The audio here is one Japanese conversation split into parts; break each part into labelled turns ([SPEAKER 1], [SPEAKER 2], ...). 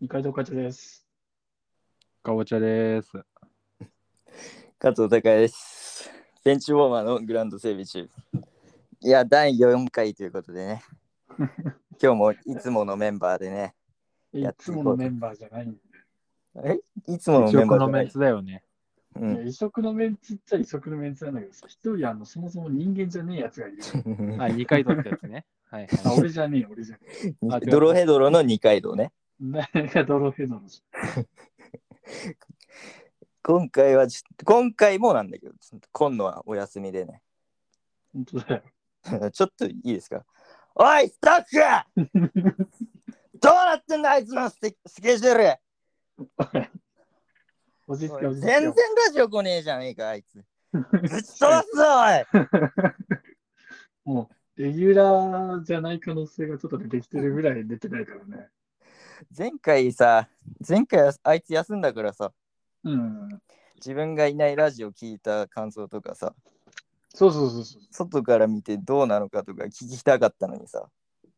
[SPEAKER 1] 二階堂課長です。
[SPEAKER 2] かぼちゃです。
[SPEAKER 3] 加藤隆也です。ベンチウォーマーのグラウンド整備中。いや、第4回ということで ね。今日もいつものメンバーでね。
[SPEAKER 1] い
[SPEAKER 3] や
[SPEAKER 1] つものメンバーじゃないんで。
[SPEAKER 3] いつもの
[SPEAKER 2] 一
[SPEAKER 3] メンバ
[SPEAKER 2] 億の
[SPEAKER 3] ーじゃな
[SPEAKER 2] メン
[SPEAKER 3] い
[SPEAKER 2] ツだよね。
[SPEAKER 3] う
[SPEAKER 1] い
[SPEAKER 3] ん
[SPEAKER 1] や異色のメンツっちゃ異色のメンツなんだけどさ、一人あの、そもそも人間じゃねえやつがい る。
[SPEAKER 2] あ、二回取ったやつね。はい、
[SPEAKER 1] あ、
[SPEAKER 2] はい。
[SPEAKER 1] 俺じゃねえよ、俺じゃね
[SPEAKER 2] あ違う
[SPEAKER 3] ドロヘドロの二階堂ね。
[SPEAKER 1] え。誰がドロフェドの人
[SPEAKER 3] 今回はちょっと、今回もなんだけど、ちょっと今度はお休みでね。
[SPEAKER 1] 本当だよ。
[SPEAKER 3] ちょっといいですかおい、スタッフ どうなってんだ、あいつのスケスケジュール
[SPEAKER 1] おじつけ、
[SPEAKER 3] お
[SPEAKER 1] お
[SPEAKER 3] い
[SPEAKER 1] じつけ。
[SPEAKER 3] 全然ラジオ来ねえじゃねえか、あいつ。ぶっ飛ばすぞ、おい
[SPEAKER 1] もう、レギュラーじゃない可能性がちょっと出てきてるぐらい出てないからね。
[SPEAKER 3] 前回さ、前回はあいつ休んだからさ、
[SPEAKER 1] うん。
[SPEAKER 3] 自分がいないラジオ聞いた感想とかさ、
[SPEAKER 1] そうそうそうそう。
[SPEAKER 3] 外から見てどうなのかとか聞きたかったのにさ、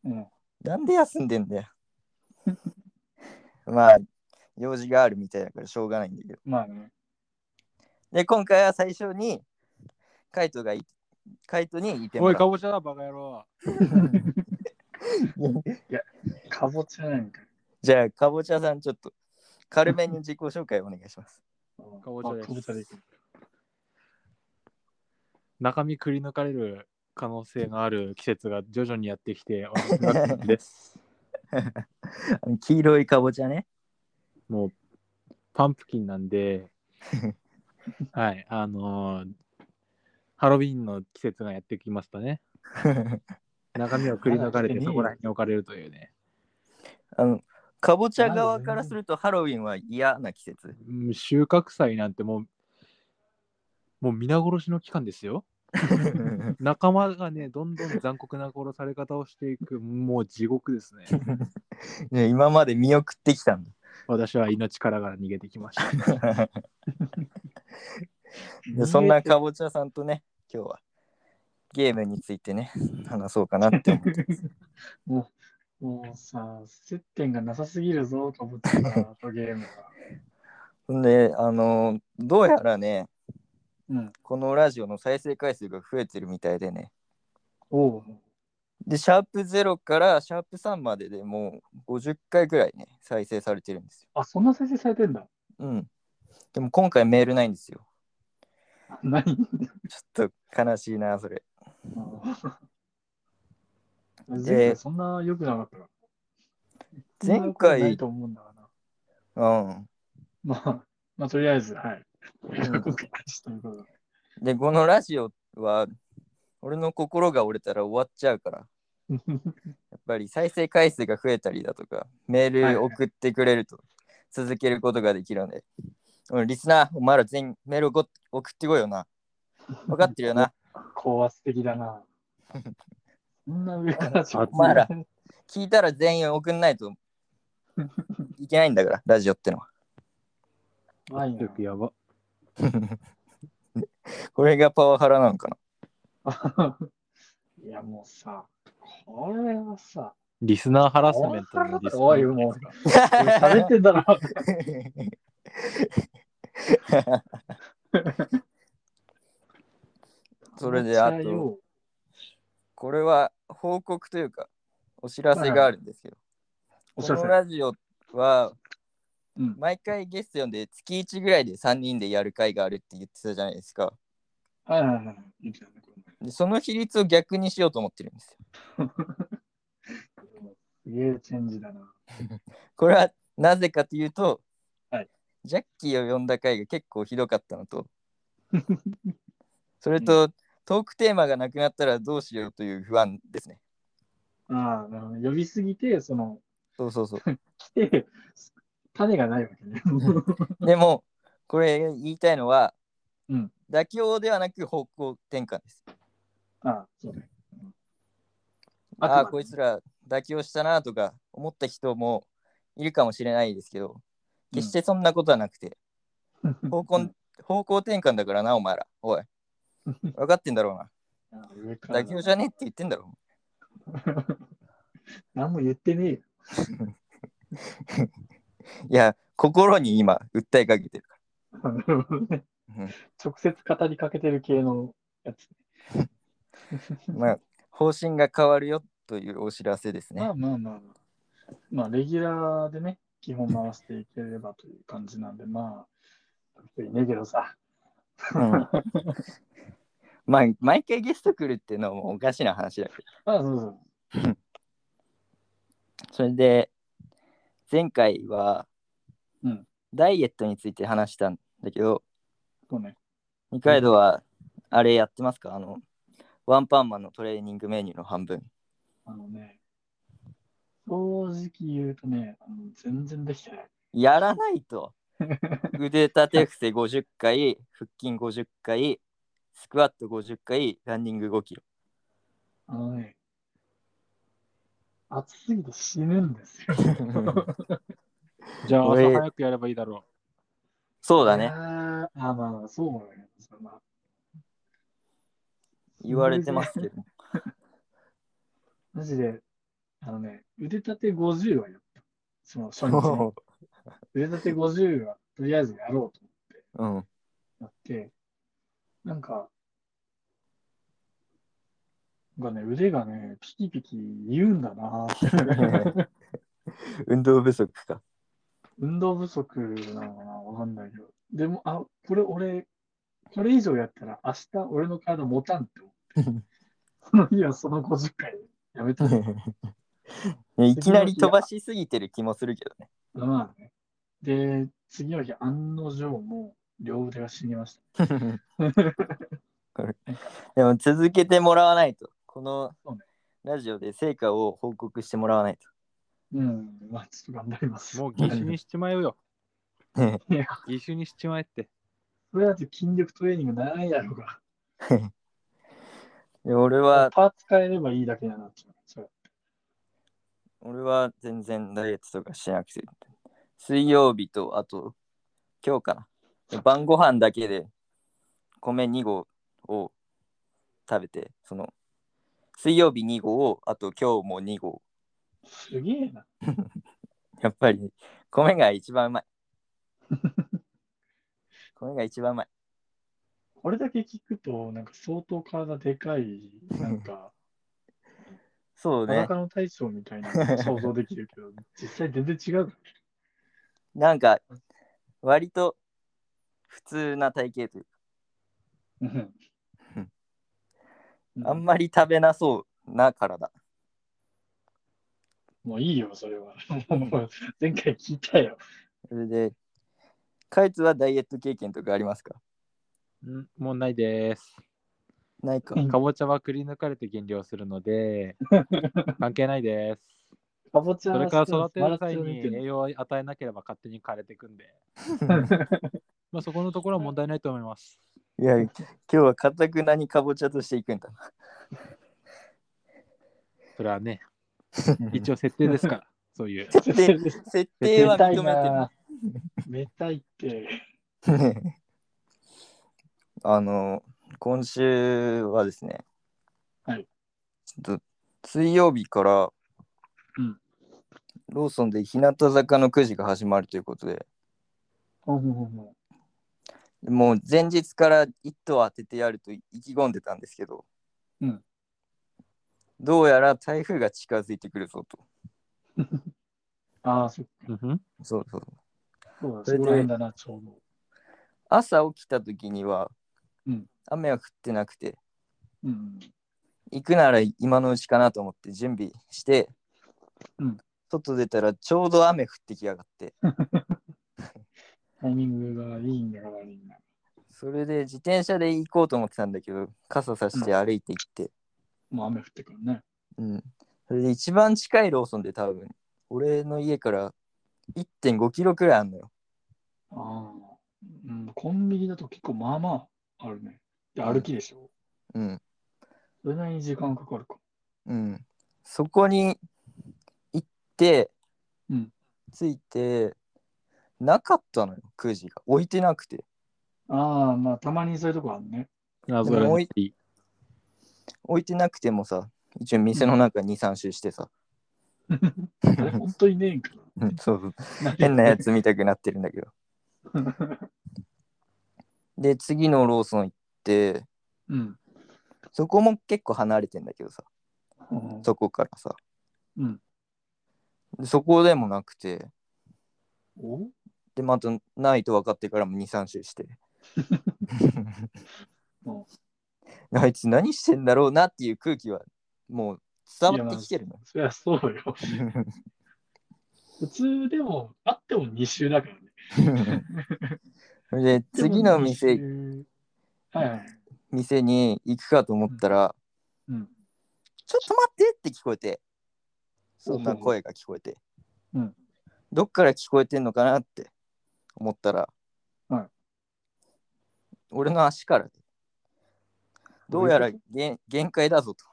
[SPEAKER 1] うん、
[SPEAKER 3] なんで休んでんだよ。 まあ、用事があるみたいだからしょうがないんだけど。
[SPEAKER 1] まあね。
[SPEAKER 3] で、今回は最初に、カイトがい、カイトにいて
[SPEAKER 2] お
[SPEAKER 3] も
[SPEAKER 2] い、
[SPEAKER 3] ら
[SPEAKER 2] か
[SPEAKER 3] う。
[SPEAKER 2] ぼちゃだ、バカ野郎。
[SPEAKER 1] かぼちゃなんか。
[SPEAKER 3] じゃあ、かぼちゃさん、ちょっと軽めに自己紹介お願いします。
[SPEAKER 1] うん
[SPEAKER 2] かぼちゃです
[SPEAKER 1] あかぼちゃでいく。
[SPEAKER 2] 中身くり抜かれる可能性がある季節が徐々にやってき て、私の夏です。
[SPEAKER 3] あの黄色いかぼちゃ ね。
[SPEAKER 2] もう、パンプキンなん で、はい、あのーハロウィンの季節がやってきましたね。中身をくり抜かれて、そこら辺に置かれるというね。
[SPEAKER 3] あの、かぼちゃ側からするとハロウィンは嫌な季節。
[SPEAKER 2] うん収穫祭なんてもう、もう皆殺しの期間ですよ。仲間がね、どんどん残酷な殺され方をしていく、もう地獄ですね。
[SPEAKER 3] ね、今まで見送ってきたん
[SPEAKER 2] 私は命からがら逃げてきま した。
[SPEAKER 3] だ。でそんなかぼちゃさんとね、今日はゲームについてね、話そうかなって思って。
[SPEAKER 1] もう、もうさ、接点がなさすぎるぞ、かぼちゃ がとゲームが。
[SPEAKER 3] ほんで、あのどうやらね、
[SPEAKER 1] うん。
[SPEAKER 3] このラジオの再生回数が増えてるみたいでね。
[SPEAKER 1] おう。
[SPEAKER 3] で、シャープ0からシャープ3まででもう50回ぐらいね、再生されてるんですよ。
[SPEAKER 1] あ、そんな再生されてんだ。
[SPEAKER 3] うん。でも今回メールないんですよ。
[SPEAKER 1] 何
[SPEAKER 3] ちょっと悲しいな、それ。
[SPEAKER 1] 前回そんな良くなかったか
[SPEAKER 3] 前
[SPEAKER 1] そんな良くない
[SPEAKER 3] 回、
[SPEAKER 1] と思うんだがな。
[SPEAKER 3] うん。
[SPEAKER 1] まあ、まあ、とりあえず、はい。う
[SPEAKER 3] で、このラジオは、俺の心が折れたら終わっちゃ うから、
[SPEAKER 1] ん
[SPEAKER 3] やっぱり再生回数が増えたりだとか、メール送ってくれると続けることができるので、うんリスナー、お前ら全員メールをご送ってこいよな。分かってるよな。
[SPEAKER 1] 高圧的だ な。そんな上からじゃ
[SPEAKER 3] お前ら聞いたら全員送んな いといけないんだから、ラジオってのは。
[SPEAKER 1] 怖いな
[SPEAKER 2] よくやば。
[SPEAKER 3] これがパワハラなのか な。
[SPEAKER 1] いや、もうさ、これはさ、
[SPEAKER 2] リスナーハラスメントのリスナー
[SPEAKER 1] おい、もう、喋ってんだろ。
[SPEAKER 3] それで、あ
[SPEAKER 1] めっちゃ
[SPEAKER 3] と、
[SPEAKER 1] よ
[SPEAKER 3] これは報告というか、お知らせがあるんですけど、
[SPEAKER 1] お
[SPEAKER 3] こ
[SPEAKER 1] 知ら
[SPEAKER 3] の
[SPEAKER 1] せ。
[SPEAKER 3] ラジオは
[SPEAKER 1] うん
[SPEAKER 3] 毎回ゲスト呼んで月1ぐらいで3人でやる会があるって言ってたじゃないですか。
[SPEAKER 1] はいはいはい。いいじゃんこれ
[SPEAKER 3] でその比率を逆にしようと思ってるんですよ。
[SPEAKER 1] すげえチェンジだな。
[SPEAKER 3] これはなぜかというと、
[SPEAKER 1] はい
[SPEAKER 3] ジャッキーを呼んだ回が結構ひどかった のと、それと、トークテーマがなくなったらどうしようという不安ですね。
[SPEAKER 1] ああ、なるほど。呼びすぎて、その、
[SPEAKER 3] そうそうそう。
[SPEAKER 1] 来て、種がないわ けね。
[SPEAKER 3] でも、これ言いたいのは、
[SPEAKER 1] うん
[SPEAKER 3] 妥協ではなく方向転換です。
[SPEAKER 1] ああ、そうね。
[SPEAKER 3] ああ、こいつら妥協したなとか思った人もいるかもしれないですけど、決してそんなことはな くて、方向方向転換だからな、お前ら。おい、 分かってんだろ
[SPEAKER 1] 上
[SPEAKER 3] う
[SPEAKER 1] か
[SPEAKER 3] な。
[SPEAKER 1] ら
[SPEAKER 3] 妥協じゃねえって言ってんだろ。
[SPEAKER 1] 何も言ってねえよ。
[SPEAKER 3] いや、心に今、訴えかけてるか
[SPEAKER 1] なるほどね
[SPEAKER 3] うん。
[SPEAKER 1] 直接語りかけてる系のやつ。
[SPEAKER 3] ら。まあ、方針が変わるよというお知らせです
[SPEAKER 1] ま
[SPEAKER 3] ね
[SPEAKER 1] あ。まあまあまあ。まあ、レギュラーでね、基本回していければという感じなんで、まあ、かっこいいねけどさ。
[SPEAKER 3] うん まあ、毎回ゲスト来るっていうのもおかしな話だけど。
[SPEAKER 1] あそうそう。
[SPEAKER 3] それで、前回は
[SPEAKER 1] うん、ダ
[SPEAKER 3] ダイエットについて話したんだけど、
[SPEAKER 1] そうね。
[SPEAKER 3] 二階堂は、あれやってますかあの、ワンパンマンのトレーニングメニューの半分。
[SPEAKER 1] あのね、正直言うとね、あの全然できてない。
[SPEAKER 3] やらない と。腕立て伏せ50回、腹筋50回、スクワット50回、ランニング5キロ。
[SPEAKER 1] あのね、暑すぎて死ぬんですよ。
[SPEAKER 2] じゃあ、
[SPEAKER 3] 俺
[SPEAKER 2] 朝早くやればいいだろ
[SPEAKER 3] そうだ
[SPEAKER 1] いや
[SPEAKER 3] ね。
[SPEAKER 1] ー。 あまあ、そうだね。まあ、
[SPEAKER 3] 言われてますけど。
[SPEAKER 1] マジで、あのね、腕立て50はやった。その初日に。
[SPEAKER 3] そ
[SPEAKER 1] 腕立て50はとりあえずやろうと
[SPEAKER 3] ううん。
[SPEAKER 1] 思ってやって、なんか、なんかね、腕がね、ピキピキ言うんだ なーって。
[SPEAKER 3] 運動不足 か。
[SPEAKER 1] 運動不足なのかなわかんないけど。でも、あ、これ俺、これ以上やったら明日俺の体持たんって思って。そ の日はその50回やめた。
[SPEAKER 3] ねいきなり飛ばしすぎてる気もするけどね。
[SPEAKER 1] まあね。で、次の日、案の定もう両腕が死にました。
[SPEAKER 3] でも続けてもらわないと。この
[SPEAKER 1] そうね
[SPEAKER 3] ラジオで成果を報告してもらわない
[SPEAKER 1] うん、まあちょっと頑張ります。
[SPEAKER 2] う。もう義手にしちまえ よ。
[SPEAKER 3] と。
[SPEAKER 2] 義手にしちまえって。
[SPEAKER 1] それだって筋力トレーニングならないやろうが。
[SPEAKER 3] で俺は、
[SPEAKER 1] パーツ変えればいいだけだなって思う。それ
[SPEAKER 3] 俺は全然ダイエットとかしなくて。水曜日と、あと、今日かな。晩ご飯だけで、米2合を食べて、その、水曜日2合を、あと今日も2合。
[SPEAKER 1] すげえな。
[SPEAKER 3] やっぱり、米が一番うまい。米が一番うまい。
[SPEAKER 1] これだけ聞くと、なんか相当体でかい、なんか、
[SPEAKER 3] そうね。
[SPEAKER 1] 裸の大将みたいなの が想像できるけど、実際全然違うか
[SPEAKER 3] なんか、割と普通な体型という
[SPEAKER 1] らね。う
[SPEAKER 3] か、あん
[SPEAKER 1] ん
[SPEAKER 3] まり食べなそうな体。
[SPEAKER 1] もういいよ、それは。 もう前回聞いたよ。
[SPEAKER 3] それで、カイツはダイエット経験とかありますか
[SPEAKER 2] んもうないです。
[SPEAKER 3] ないか。
[SPEAKER 1] うん
[SPEAKER 2] かぼちゃはくり抜かれて減量するの で、関係ない です。
[SPEAKER 1] かぼちゃ
[SPEAKER 2] それ
[SPEAKER 1] は
[SPEAKER 2] から育てる
[SPEAKER 1] マラ
[SPEAKER 2] 際
[SPEAKER 1] ソン見
[SPEAKER 2] に
[SPEAKER 1] てんの
[SPEAKER 2] 栄養を与えなければ勝手に枯れていくんで、まあ、そこのところは問題ないと思います。
[SPEAKER 3] いや、今日はかたくなにかぼちゃとしていくんだ
[SPEAKER 2] それはね、
[SPEAKER 3] な。
[SPEAKER 2] 一応設定です から、そういう。
[SPEAKER 3] 設定 は認め
[SPEAKER 1] めたいって。
[SPEAKER 3] てる。 あの、今週はですね、
[SPEAKER 1] はい
[SPEAKER 3] ちょっと水曜日から、
[SPEAKER 1] うん
[SPEAKER 3] ローソンで日向坂のくじが始まるということで、
[SPEAKER 1] ほんほんほんほん
[SPEAKER 3] もう前日から一頭当ててやると意気込んでたんですけど、
[SPEAKER 1] うん
[SPEAKER 3] どうやら台風が近づいてくるぞと。
[SPEAKER 1] ああ、そっか。
[SPEAKER 2] うん
[SPEAKER 3] そうそう
[SPEAKER 1] そうだ、
[SPEAKER 3] そ
[SPEAKER 1] そ
[SPEAKER 3] れで
[SPEAKER 1] こら辺だな、ちょうど。
[SPEAKER 3] 朝起きた時には、
[SPEAKER 1] うん
[SPEAKER 3] 雨は降ってなくて、
[SPEAKER 1] うん。
[SPEAKER 3] 行くなら今のうちかなと思って準備して、
[SPEAKER 1] うん
[SPEAKER 3] 外出たらちょうど雨降ってきやがって、
[SPEAKER 1] タイミングがいいんだから悪いんだ。
[SPEAKER 3] それで自転車で行こうと思ってたんだけど、傘さして歩いて行って、
[SPEAKER 1] もう雨降ってくるね。
[SPEAKER 3] うん、それで一番近いローソンで多分、俺の家から1.5キロくらいあんのよ。
[SPEAKER 1] ああ。うん、コンビニだと結構まあまああるね。で、歩きでしょ。
[SPEAKER 3] うん
[SPEAKER 1] それなりに時間かかるか。
[SPEAKER 3] うん、そこに行って、
[SPEAKER 1] うん
[SPEAKER 3] 着いてなかったのよくじが置いてなくて
[SPEAKER 1] ああ、まあたまにそういうとこある ね。
[SPEAKER 2] 謎がいい。
[SPEAKER 3] 置いてなくてもさ一応店の中23周してさ、
[SPEAKER 1] あれ、ほんといねえんかな。
[SPEAKER 3] うん そうそう。変なやつ見たくなってるんだけど。で、次のローソン行って、
[SPEAKER 1] うん。
[SPEAKER 3] そこも結構離れてんだけどさ、
[SPEAKER 1] うん
[SPEAKER 3] そこからさ。
[SPEAKER 1] うん。
[SPEAKER 3] でそこでもなくて、
[SPEAKER 1] お
[SPEAKER 3] で、またないと分かってからも2、3 周して。あいつ何してんだろうなっていう空気はもう伝わってきてるの。
[SPEAKER 1] そりゃそうよ。普通でも、あっても2周だからね。
[SPEAKER 3] それで次の店
[SPEAKER 1] でも二周。はいはい。
[SPEAKER 3] 店に行くかと思ったら、
[SPEAKER 1] うん。
[SPEAKER 3] ちょっと待ってって聞こえて、そんな声が聞こえて、
[SPEAKER 1] うん
[SPEAKER 3] どっから聞こえてんのかなって思ったら、
[SPEAKER 1] はい
[SPEAKER 3] 俺の足からで、どうやら限限界だぞと。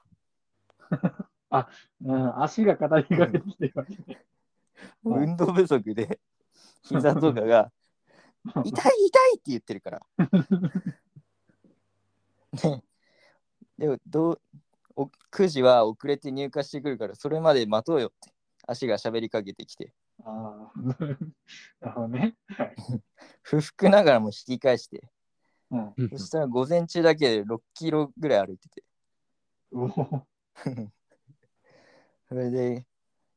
[SPEAKER 1] うん、足が語りかけてきてるわけねはい
[SPEAKER 3] 運動不足 で、膝とかが、痛い痛いって言ってる から。ねでもどうお9時は遅れて入荷してくるからそれまで待とうよって足が喋りかけてきて
[SPEAKER 1] ああ。なるほどね。はい。
[SPEAKER 3] 不服ながらも引き返して
[SPEAKER 1] うん。
[SPEAKER 2] うん
[SPEAKER 3] そしたら午前中だけで6キロぐらい歩いてて
[SPEAKER 1] おお。
[SPEAKER 3] それで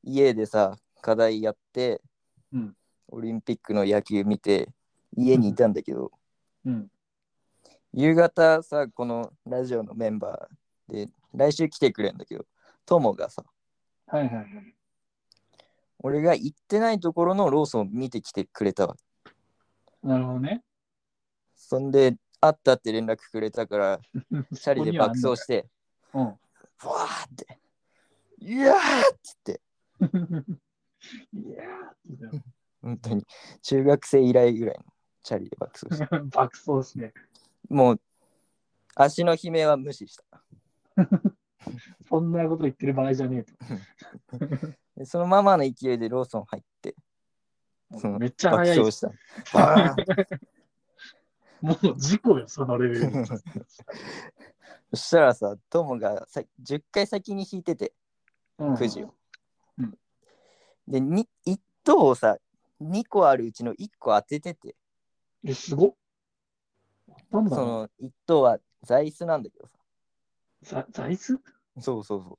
[SPEAKER 3] 家でさ課題やって、
[SPEAKER 1] うん
[SPEAKER 3] オリンピックの野球見て家にいたんだけど
[SPEAKER 1] うん。
[SPEAKER 3] 夕方さこのラジオのメンバーで来週来てくれんだけど友がさ
[SPEAKER 1] はいはいはい。
[SPEAKER 3] 俺が行ってないところのローソンを見てきてくれたわ
[SPEAKER 1] なるほどね。
[SPEAKER 3] そんで会ったって連絡くれたからシャリ
[SPEAKER 1] ここ
[SPEAKER 3] で
[SPEAKER 1] には
[SPEAKER 3] 爆走して
[SPEAKER 1] あんの
[SPEAKER 3] ふわーって「いやー!」っつって
[SPEAKER 1] かうん。いや
[SPEAKER 3] 本当に中学生以来ぐらいのチャリで爆走して
[SPEAKER 1] ー、爆走して。
[SPEAKER 3] もう足の悲鳴は無視した
[SPEAKER 1] そんなこと言ってる場合じゃねえと。
[SPEAKER 3] でそのままの勢いでローソン入ってそう
[SPEAKER 1] めっちゃ
[SPEAKER 3] 爆
[SPEAKER 1] 速い
[SPEAKER 3] 走。したバーン
[SPEAKER 1] もう事故よ、そのレベルで。
[SPEAKER 3] そしたらさトモがさ10回先に引いてて
[SPEAKER 1] うん
[SPEAKER 3] くじを。
[SPEAKER 1] うん
[SPEAKER 3] で、に1等をさ、2個あるうちの1個当ててて、
[SPEAKER 1] え、すごっ。なんだ
[SPEAKER 3] そ
[SPEAKER 1] ろ
[SPEAKER 3] の1等は座椅子なんだけどさ。
[SPEAKER 1] うざ座椅子
[SPEAKER 3] そうそうそ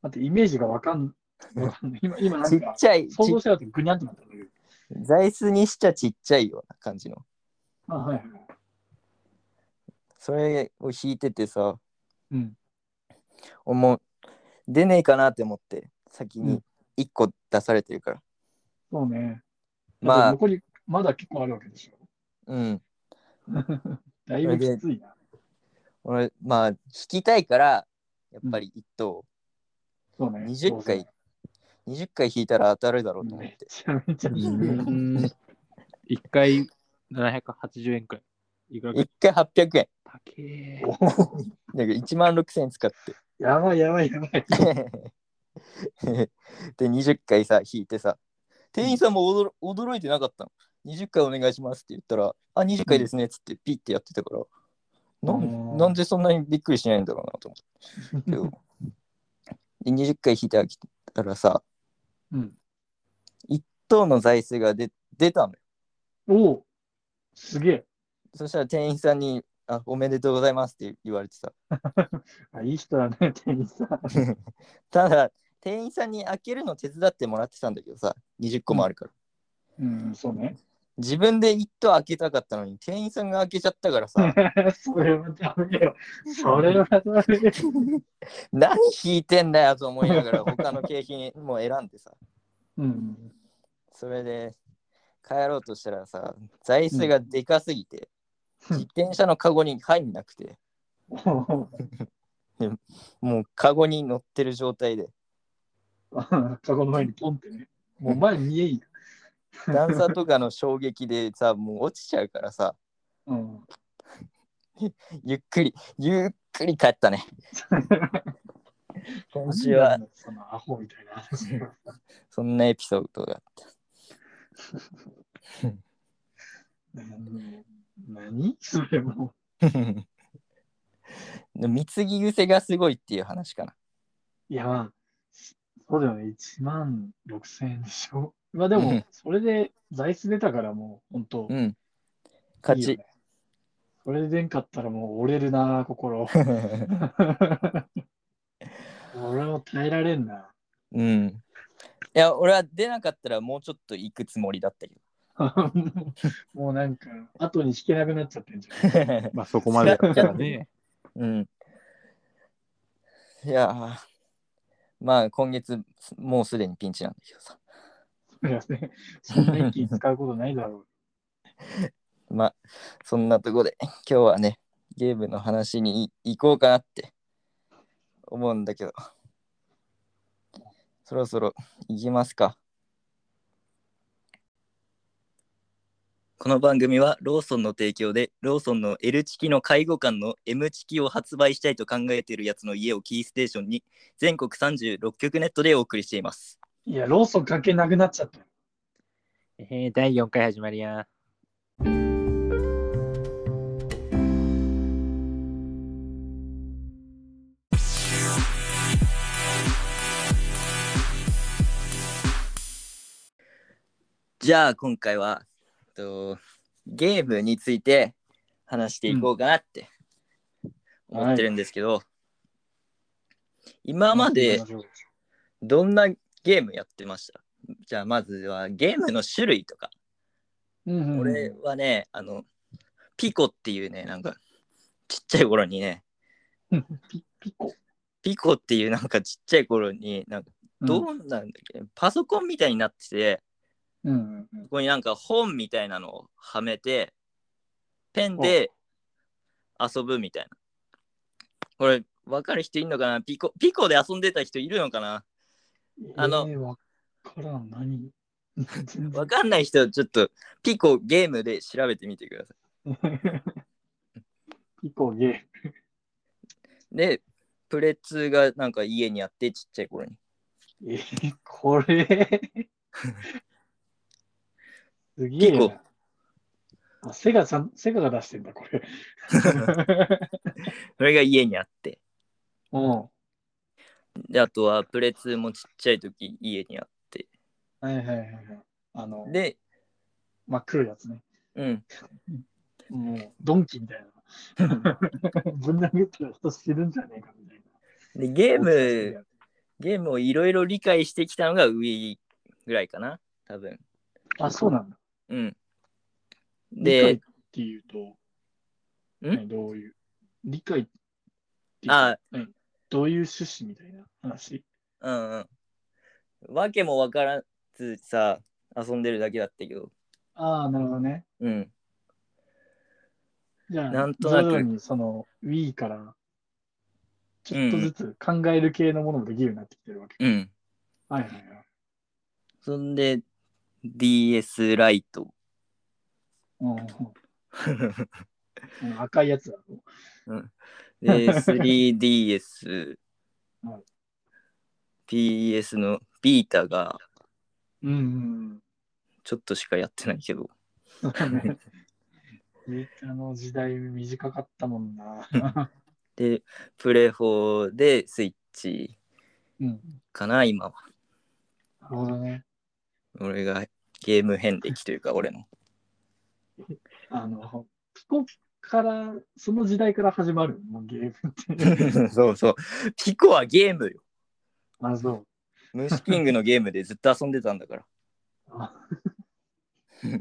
[SPEAKER 1] 待って、イメージがわか んわかんない。今、今な
[SPEAKER 3] ちっ
[SPEAKER 1] んか、
[SPEAKER 3] ちゃい、ち
[SPEAKER 1] 想像したらグニャンってなったんだけど。
[SPEAKER 3] 座椅子にしちゃちっちゃいような感じの。
[SPEAKER 1] あ、はいはい。
[SPEAKER 3] それを引いててさ、
[SPEAKER 1] うん。
[SPEAKER 3] もう出ねえかなって思って、先
[SPEAKER 1] う
[SPEAKER 3] に
[SPEAKER 1] ん
[SPEAKER 3] 1個出されてるから。
[SPEAKER 1] そうね。
[SPEAKER 3] まあ
[SPEAKER 1] まあ、残り、まだ結構あるわけでしょ。
[SPEAKER 3] うん。
[SPEAKER 1] だいぶきついな。
[SPEAKER 3] 俺、まあ、引きたいから、やっぱり1等、
[SPEAKER 1] そうね。
[SPEAKER 3] 20回、20回引いたら当たるだろうと思っ
[SPEAKER 1] め
[SPEAKER 3] て。
[SPEAKER 1] ちゃめちゃきつい。
[SPEAKER 2] 一回780円くらい。いくらか
[SPEAKER 3] 1回800円。
[SPEAKER 2] 高え。
[SPEAKER 3] だから1万6000円使って。
[SPEAKER 1] やばいやばいやばい。
[SPEAKER 3] で、20回さ、引いてさ、店員さんも驚驚いてなかったの。20回お願いしますって言ったら、あ、20回ですねっつってピッてやってたから、な
[SPEAKER 1] うん
[SPEAKER 3] んなんでそんなにびっくりしないんだろうなと思って。けど、で20回引いてあげたらさ、
[SPEAKER 1] うん。
[SPEAKER 3] 等の座椅子が出出たのよ。
[SPEAKER 1] おおすげえ。
[SPEAKER 3] そしたら店員さんに、あ、おめでとうございますって言われてさ。
[SPEAKER 1] あいい人だね、 店員さん。
[SPEAKER 3] ただ、店員さんに開けるの手伝ってもらってたんだけどさ、20個もあるから。
[SPEAKER 1] うん、そうね。
[SPEAKER 3] 自分で一等開けたかったのに店員さんが開けちゃったからさ
[SPEAKER 1] それはダメよ。それはダメよ。
[SPEAKER 3] 何引いてんだよと思い ながら他の景品も選んでさ
[SPEAKER 1] うん。
[SPEAKER 3] それで帰ろうとしたらさ座椅子がでかすぎて、
[SPEAKER 1] うん
[SPEAKER 3] 自転車のカゴに入んなくて
[SPEAKER 1] おー
[SPEAKER 3] もうカゴに乗ってる状態で
[SPEAKER 1] カゴの前にポンってね。もう前見えんよ。
[SPEAKER 3] 段差とかの衝撃でさもう落ちちゃうからさ
[SPEAKER 1] うん。
[SPEAKER 3] ゆっくりゆっくり帰っ たね今週は
[SPEAKER 1] なんだそのアホみたいな 話が。
[SPEAKER 3] そんなエピソードが
[SPEAKER 1] うん何それも。
[SPEAKER 3] で貢ぎ癖がすごいっていう話かない
[SPEAKER 1] や、まあ、そうだよね。1万6千円でしょ。まあで
[SPEAKER 3] う
[SPEAKER 1] も
[SPEAKER 3] ん、
[SPEAKER 1] それで座椅子出たからもう、本当、
[SPEAKER 3] うん。勝
[SPEAKER 1] いいよ
[SPEAKER 3] ち。
[SPEAKER 1] ねそれで出んかったらもう折れるな、 心。俺も耐えられんな。
[SPEAKER 3] うん。いや、俺は出なかったらもうちょっと行くつもりだったけ
[SPEAKER 1] もうなんか、後に引けなくなっちゃってんじ ゃん。
[SPEAKER 3] ど。
[SPEAKER 2] まあそこまでやったらね。
[SPEAKER 3] うん。いやー、まあ今月もうすでにピンチなんだけどさ。
[SPEAKER 1] いやね、そんな一気に使うことないだろ
[SPEAKER 3] まあそんなとこで今日はね、ゲームの話に行こうかなって思うんだけど。そろそろ行きますか。この番組はローソンの提供でローソンの L チキの介護官の M チキを発売したいと考えているやつの家をキーステーションに全国36局ネットでお送りしています。
[SPEAKER 1] う。いや、ローソン関係なくなっちゃった。
[SPEAKER 2] えー第4回始まりや。
[SPEAKER 3] じゃあ今回は、えっと、ゲームについて話していこうかなって
[SPEAKER 1] うん
[SPEAKER 3] 思ってるんですけど、今まで
[SPEAKER 1] 話しましょう
[SPEAKER 3] どんなゲームやってましたじゃあまずはゲームの種類とか、
[SPEAKER 1] うんうんうん、
[SPEAKER 3] 俺はねあのピコっていうねなんかちっちゃい頃にね
[SPEAKER 1] ピピコ。
[SPEAKER 3] ピコっていうなんかちっちゃい頃になんか
[SPEAKER 1] うん
[SPEAKER 3] どうなんだっけ、パソコンみたいになってて
[SPEAKER 1] うんうんうん
[SPEAKER 3] ここになんか本みたいなのをはめて、ペンで遊ぶみたいな。これ、わかる人いるのかなピコ、ピコで遊んでた人いるのかなあの
[SPEAKER 1] えー、わからん、何 全然
[SPEAKER 3] わかんない人、ちょっとピコゲームで調べてみてくださ
[SPEAKER 1] ピコゲ
[SPEAKER 3] い。で、プレ2がなんか家にあって、ちっちゃい頃に。
[SPEAKER 1] ー。えー、これ。すげえ
[SPEAKER 3] ピコ
[SPEAKER 1] な。あセガさん、セガが出してんだ、これ。
[SPEAKER 3] それが家にあって。
[SPEAKER 1] うん。は
[SPEAKER 3] で、あとはプレ2もちっちゃい時家にあっ
[SPEAKER 1] いはいはいはい。あの
[SPEAKER 3] て。、で、
[SPEAKER 1] 真っ黒いやつね。
[SPEAKER 3] うん。
[SPEAKER 1] もう、ドンキみたいな。 ぶん殴ったら人死ぬんじゃねえかみたいな。
[SPEAKER 3] で、ゲーム、
[SPEAKER 1] ム。
[SPEAKER 3] ゲームをいろいろ理解してきたのが上ぐらいかな。多分。
[SPEAKER 1] あ、そうなんだ。
[SPEAKER 3] うん。
[SPEAKER 1] 理解っ
[SPEAKER 3] で、
[SPEAKER 1] ていうと、
[SPEAKER 3] ん
[SPEAKER 1] ねどういう、理解っていうか
[SPEAKER 3] あ、
[SPEAKER 1] どういう趣旨みたいな話。
[SPEAKER 3] うんうん。わけもわからずさ、遊んでるだけだったけど。
[SPEAKER 1] ああ、なるほどね。
[SPEAKER 3] うん。
[SPEAKER 1] じゃあ、
[SPEAKER 3] なんとなく
[SPEAKER 1] 徐々にその Wii から、ちょっとずつ考える系のものもできるようになってきてるわけ。
[SPEAKER 3] うん。
[SPEAKER 1] はいはいはい。
[SPEAKER 3] そんで、DS ライト。
[SPEAKER 1] うんうん、あの赤いやつだろ。
[SPEAKER 3] で、3DS
[SPEAKER 1] うん。
[SPEAKER 3] PS のビータが
[SPEAKER 1] うんうん
[SPEAKER 3] ちょっとしかやってないけど。
[SPEAKER 1] うん。メーカーの時代短かったもんな。
[SPEAKER 3] で、プレ4でスイッチ
[SPEAKER 1] うん。
[SPEAKER 3] かな、今は。
[SPEAKER 1] なるほどね。
[SPEAKER 3] 俺がゲーム遍歴というか、俺 の。
[SPEAKER 1] あの、ピコから、その時代から始まるもうゲームって。
[SPEAKER 3] そうそう。ピコはゲームよ。
[SPEAKER 1] あ、そう。
[SPEAKER 3] 虫キングのゲームでずっと遊んでたんだから。
[SPEAKER 1] あ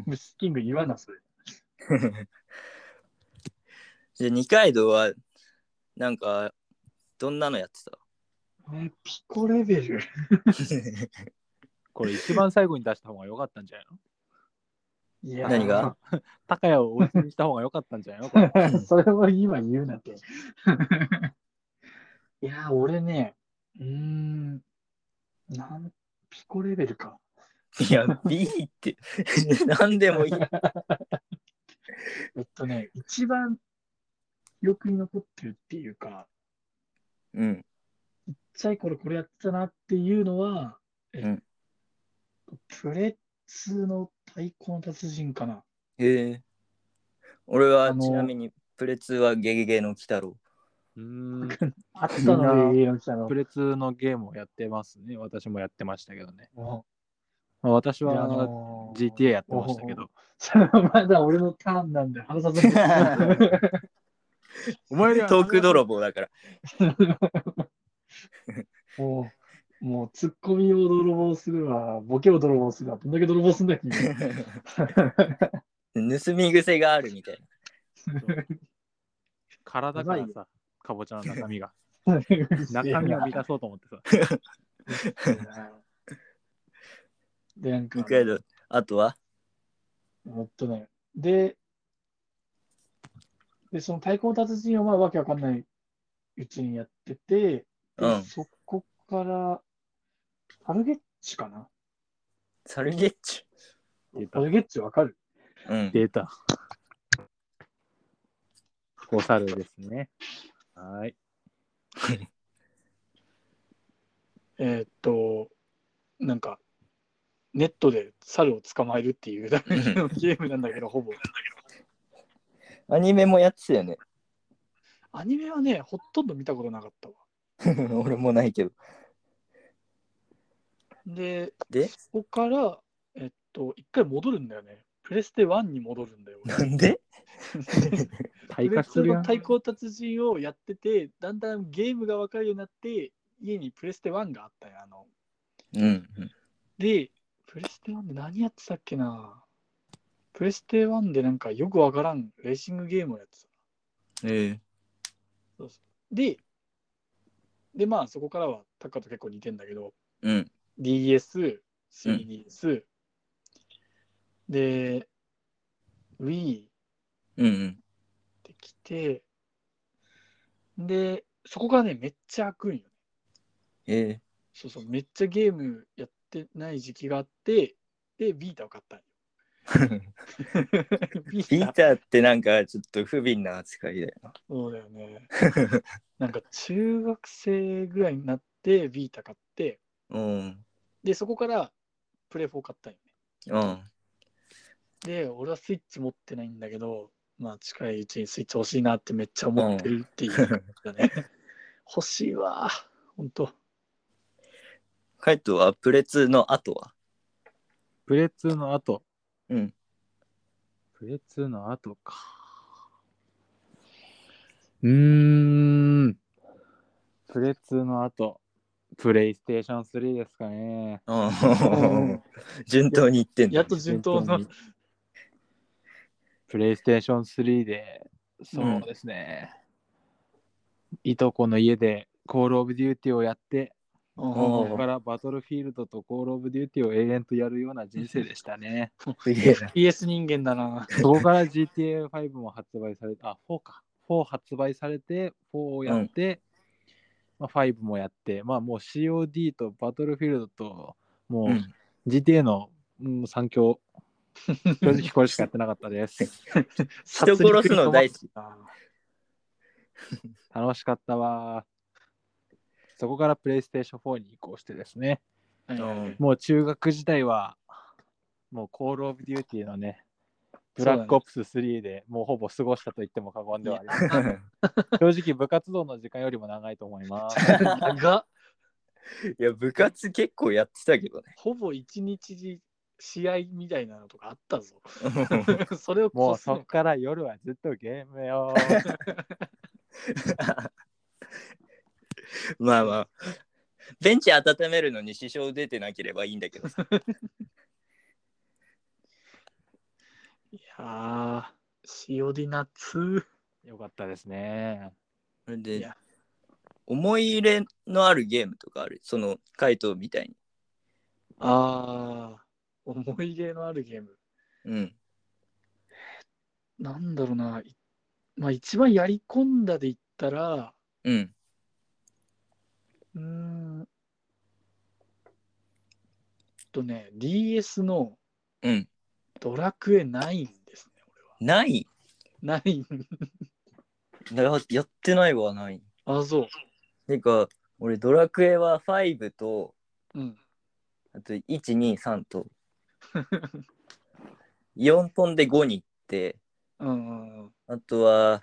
[SPEAKER 1] 虫キング言わな、それ。
[SPEAKER 3] じゃあ二階堂はなんかどんなのやってた
[SPEAKER 1] えピコレベル。
[SPEAKER 2] これ一番最後に出した方が良かったんじゃないの
[SPEAKER 1] いやー
[SPEAKER 3] 何が
[SPEAKER 2] 高谷をお家にした方が良かったんじゃないの これ
[SPEAKER 1] それは今言うな って。いやー、俺ね、うーん、なん、ピコレベルか。
[SPEAKER 3] いや B って 何でもいい。
[SPEAKER 1] えっとね、一番記憶に残ってるっていうか、
[SPEAKER 3] うん
[SPEAKER 1] ちっちゃい頃これやってたなっていうのは、え
[SPEAKER 3] うん
[SPEAKER 1] プレッツの太鼓の達人かな。
[SPEAKER 3] へえ俺は
[SPEAKER 1] あの
[SPEAKER 3] ちなみにプレ2はゲゲゲの鬼太郎。
[SPEAKER 2] うーん。
[SPEAKER 1] あったの
[SPEAKER 2] いいな
[SPEAKER 1] よ、家の来たの
[SPEAKER 2] プ。レツのゲームをやってますね。私もやってましたけどね。
[SPEAKER 1] も
[SPEAKER 2] まあ、私はあ
[SPEAKER 1] であ
[SPEAKER 2] の
[SPEAKER 1] のー
[SPEAKER 2] GTA やってましたけど。
[SPEAKER 1] それはまだ俺のターンなんで話さずに。
[SPEAKER 2] お前ら
[SPEAKER 3] トーク泥棒だから。
[SPEAKER 1] もう、もうツッコミを泥棒するわ、ボケを泥棒するわ、どんだけ泥棒すんだっけ
[SPEAKER 3] 盗み癖があるみたいな。
[SPEAKER 2] 体からさ、かぼちゃの中身が。
[SPEAKER 1] い
[SPEAKER 2] 中身
[SPEAKER 1] や
[SPEAKER 2] を満たそうと思ってさ。
[SPEAKER 1] で、なんか
[SPEAKER 3] 二、階堂、あとは
[SPEAKER 1] えっとね、で、で、その太鼓の達人をまあわけわかんないうちにやってて、で
[SPEAKER 3] うん
[SPEAKER 1] そこから、パルゲッチかな
[SPEAKER 3] サルゲッチ
[SPEAKER 2] 出た
[SPEAKER 1] パ。ルゲッチわかる
[SPEAKER 3] ュ。うん。
[SPEAKER 2] 出た。お猿ですね。はい。
[SPEAKER 1] えーっと、なんか、ネットで猿を捕まえるっていうだけのゲームなんだけど、ほぼ。
[SPEAKER 3] アニメもやってたよね。
[SPEAKER 1] アニメはね、ほとんど見たことなかったわ。
[SPEAKER 3] 俺もないけど。
[SPEAKER 1] で、
[SPEAKER 3] で
[SPEAKER 1] そこから、えっと、一回戻るんだよね。プレステ1に戻るんだよ。俺
[SPEAKER 3] なんで
[SPEAKER 2] 退
[SPEAKER 1] プレ
[SPEAKER 2] 化
[SPEAKER 1] ス
[SPEAKER 2] す
[SPEAKER 1] テ
[SPEAKER 2] る
[SPEAKER 1] の
[SPEAKER 2] やん。
[SPEAKER 1] 太鼓達人をやってて、だんだんゲームが分かるようになって、家にプレステ1があったよ。あの
[SPEAKER 3] うん。
[SPEAKER 1] で、プレステ1で何やってたっけなプレステ1でなんかよくわからんレーシングゲームをやってた。
[SPEAKER 3] え
[SPEAKER 1] で、で、まあそこからはタッカーと結構似てんだけど、
[SPEAKER 3] えうん。
[SPEAKER 1] DS、3DS、で、Wii
[SPEAKER 3] うんうん。
[SPEAKER 1] できて、で、そこがね、めっちゃ開くんよ。
[SPEAKER 3] ええ
[SPEAKER 1] そうそう、めっちゃゲームやってない時期があって、で、ビータを買ったんよ。 ビ
[SPEAKER 3] ビ
[SPEAKER 1] ー
[SPEAKER 3] ー
[SPEAKER 1] タ
[SPEAKER 3] ターってなんかちょっと不憫な扱いだよな。
[SPEAKER 1] そうだよ ね。なんか中学生ぐらいになってビータ買って、
[SPEAKER 3] うん。
[SPEAKER 1] で、そこからプレイ4買ったんよね。
[SPEAKER 3] うん。
[SPEAKER 1] で、俺はスイッチ持ってないんだけど、まあ近いうちにスイッチ欲しいなってめっちゃ思ってるっていう感じだね。欲しいわ。ほんと。
[SPEAKER 3] カイトはプレ2の後は
[SPEAKER 2] プレ2の後。
[SPEAKER 3] うん。
[SPEAKER 2] プレ2の後か。うーん。プレ2の後。プレイステーション3ですかね。
[SPEAKER 3] うん。順当にいってん
[SPEAKER 1] や
[SPEAKER 3] だ
[SPEAKER 1] っ。と順当の
[SPEAKER 2] 本。に。プレイステーション3で、そうですね。いとこの家で、コールオブデューティーをやって、
[SPEAKER 1] うん
[SPEAKER 3] お
[SPEAKER 2] こ
[SPEAKER 3] ー
[SPEAKER 2] こからバトルフィールドとコールオブデューティーを永遠とやるような人生でしたね。
[SPEAKER 3] すげえな。
[SPEAKER 1] PS 人間だな。
[SPEAKER 2] そこから GTA5 も発売されて、あ、4か。4発売されて、4をやって、まあ、5もやって、まあもう COD とバトルフィールドと、も
[SPEAKER 3] うん
[SPEAKER 2] う GTA の、うん、三強。正直これしかやってなかったです。
[SPEAKER 3] 人殺すの大好き
[SPEAKER 1] だ。
[SPEAKER 2] 楽しかったわ。そこからプレイステーション4に移行してですね、
[SPEAKER 1] うん
[SPEAKER 2] もう中学時代は、もうコールオブデューティーのね、ブラックオプス3でもうほぼ過ごしたと言っても過言ではありません。正直部活動の時間よりも長いと思い ます。
[SPEAKER 1] 長っ
[SPEAKER 3] いや、部活結構やってたけどね。
[SPEAKER 1] ほぼ一日試合みたいなのとかあったぞ。それを
[SPEAKER 2] も
[SPEAKER 1] こ
[SPEAKER 2] う
[SPEAKER 1] す
[SPEAKER 2] そ
[SPEAKER 1] の
[SPEAKER 2] っから夜はずっとゲームよ。
[SPEAKER 3] まあまあ。ベンチ温めるのに支障出てなければいいんだけどさ。
[SPEAKER 1] いやー、COD 夏。
[SPEAKER 2] よかったですね。
[SPEAKER 3] それ
[SPEAKER 1] い
[SPEAKER 3] で
[SPEAKER 1] や、
[SPEAKER 3] 思い入れのあるゲームとかある。その、回答みたいに。
[SPEAKER 1] あー、思い入れのあるゲーム。
[SPEAKER 3] うん。
[SPEAKER 1] なんだろうな。いまあ一番やり込んだで言ったら、
[SPEAKER 3] うん。
[SPEAKER 1] うーん。とね、DS の
[SPEAKER 3] うん。
[SPEAKER 1] ドラクエ9ですね、
[SPEAKER 3] ない
[SPEAKER 1] 俺は。9。
[SPEAKER 3] なやってないわ、ない。
[SPEAKER 1] あ、そう。
[SPEAKER 3] てか、俺、ドラクエは5と、
[SPEAKER 1] うん。
[SPEAKER 3] あと1、2、3と、4飛んで5に行って、
[SPEAKER 1] うんうんうん。
[SPEAKER 3] あとは、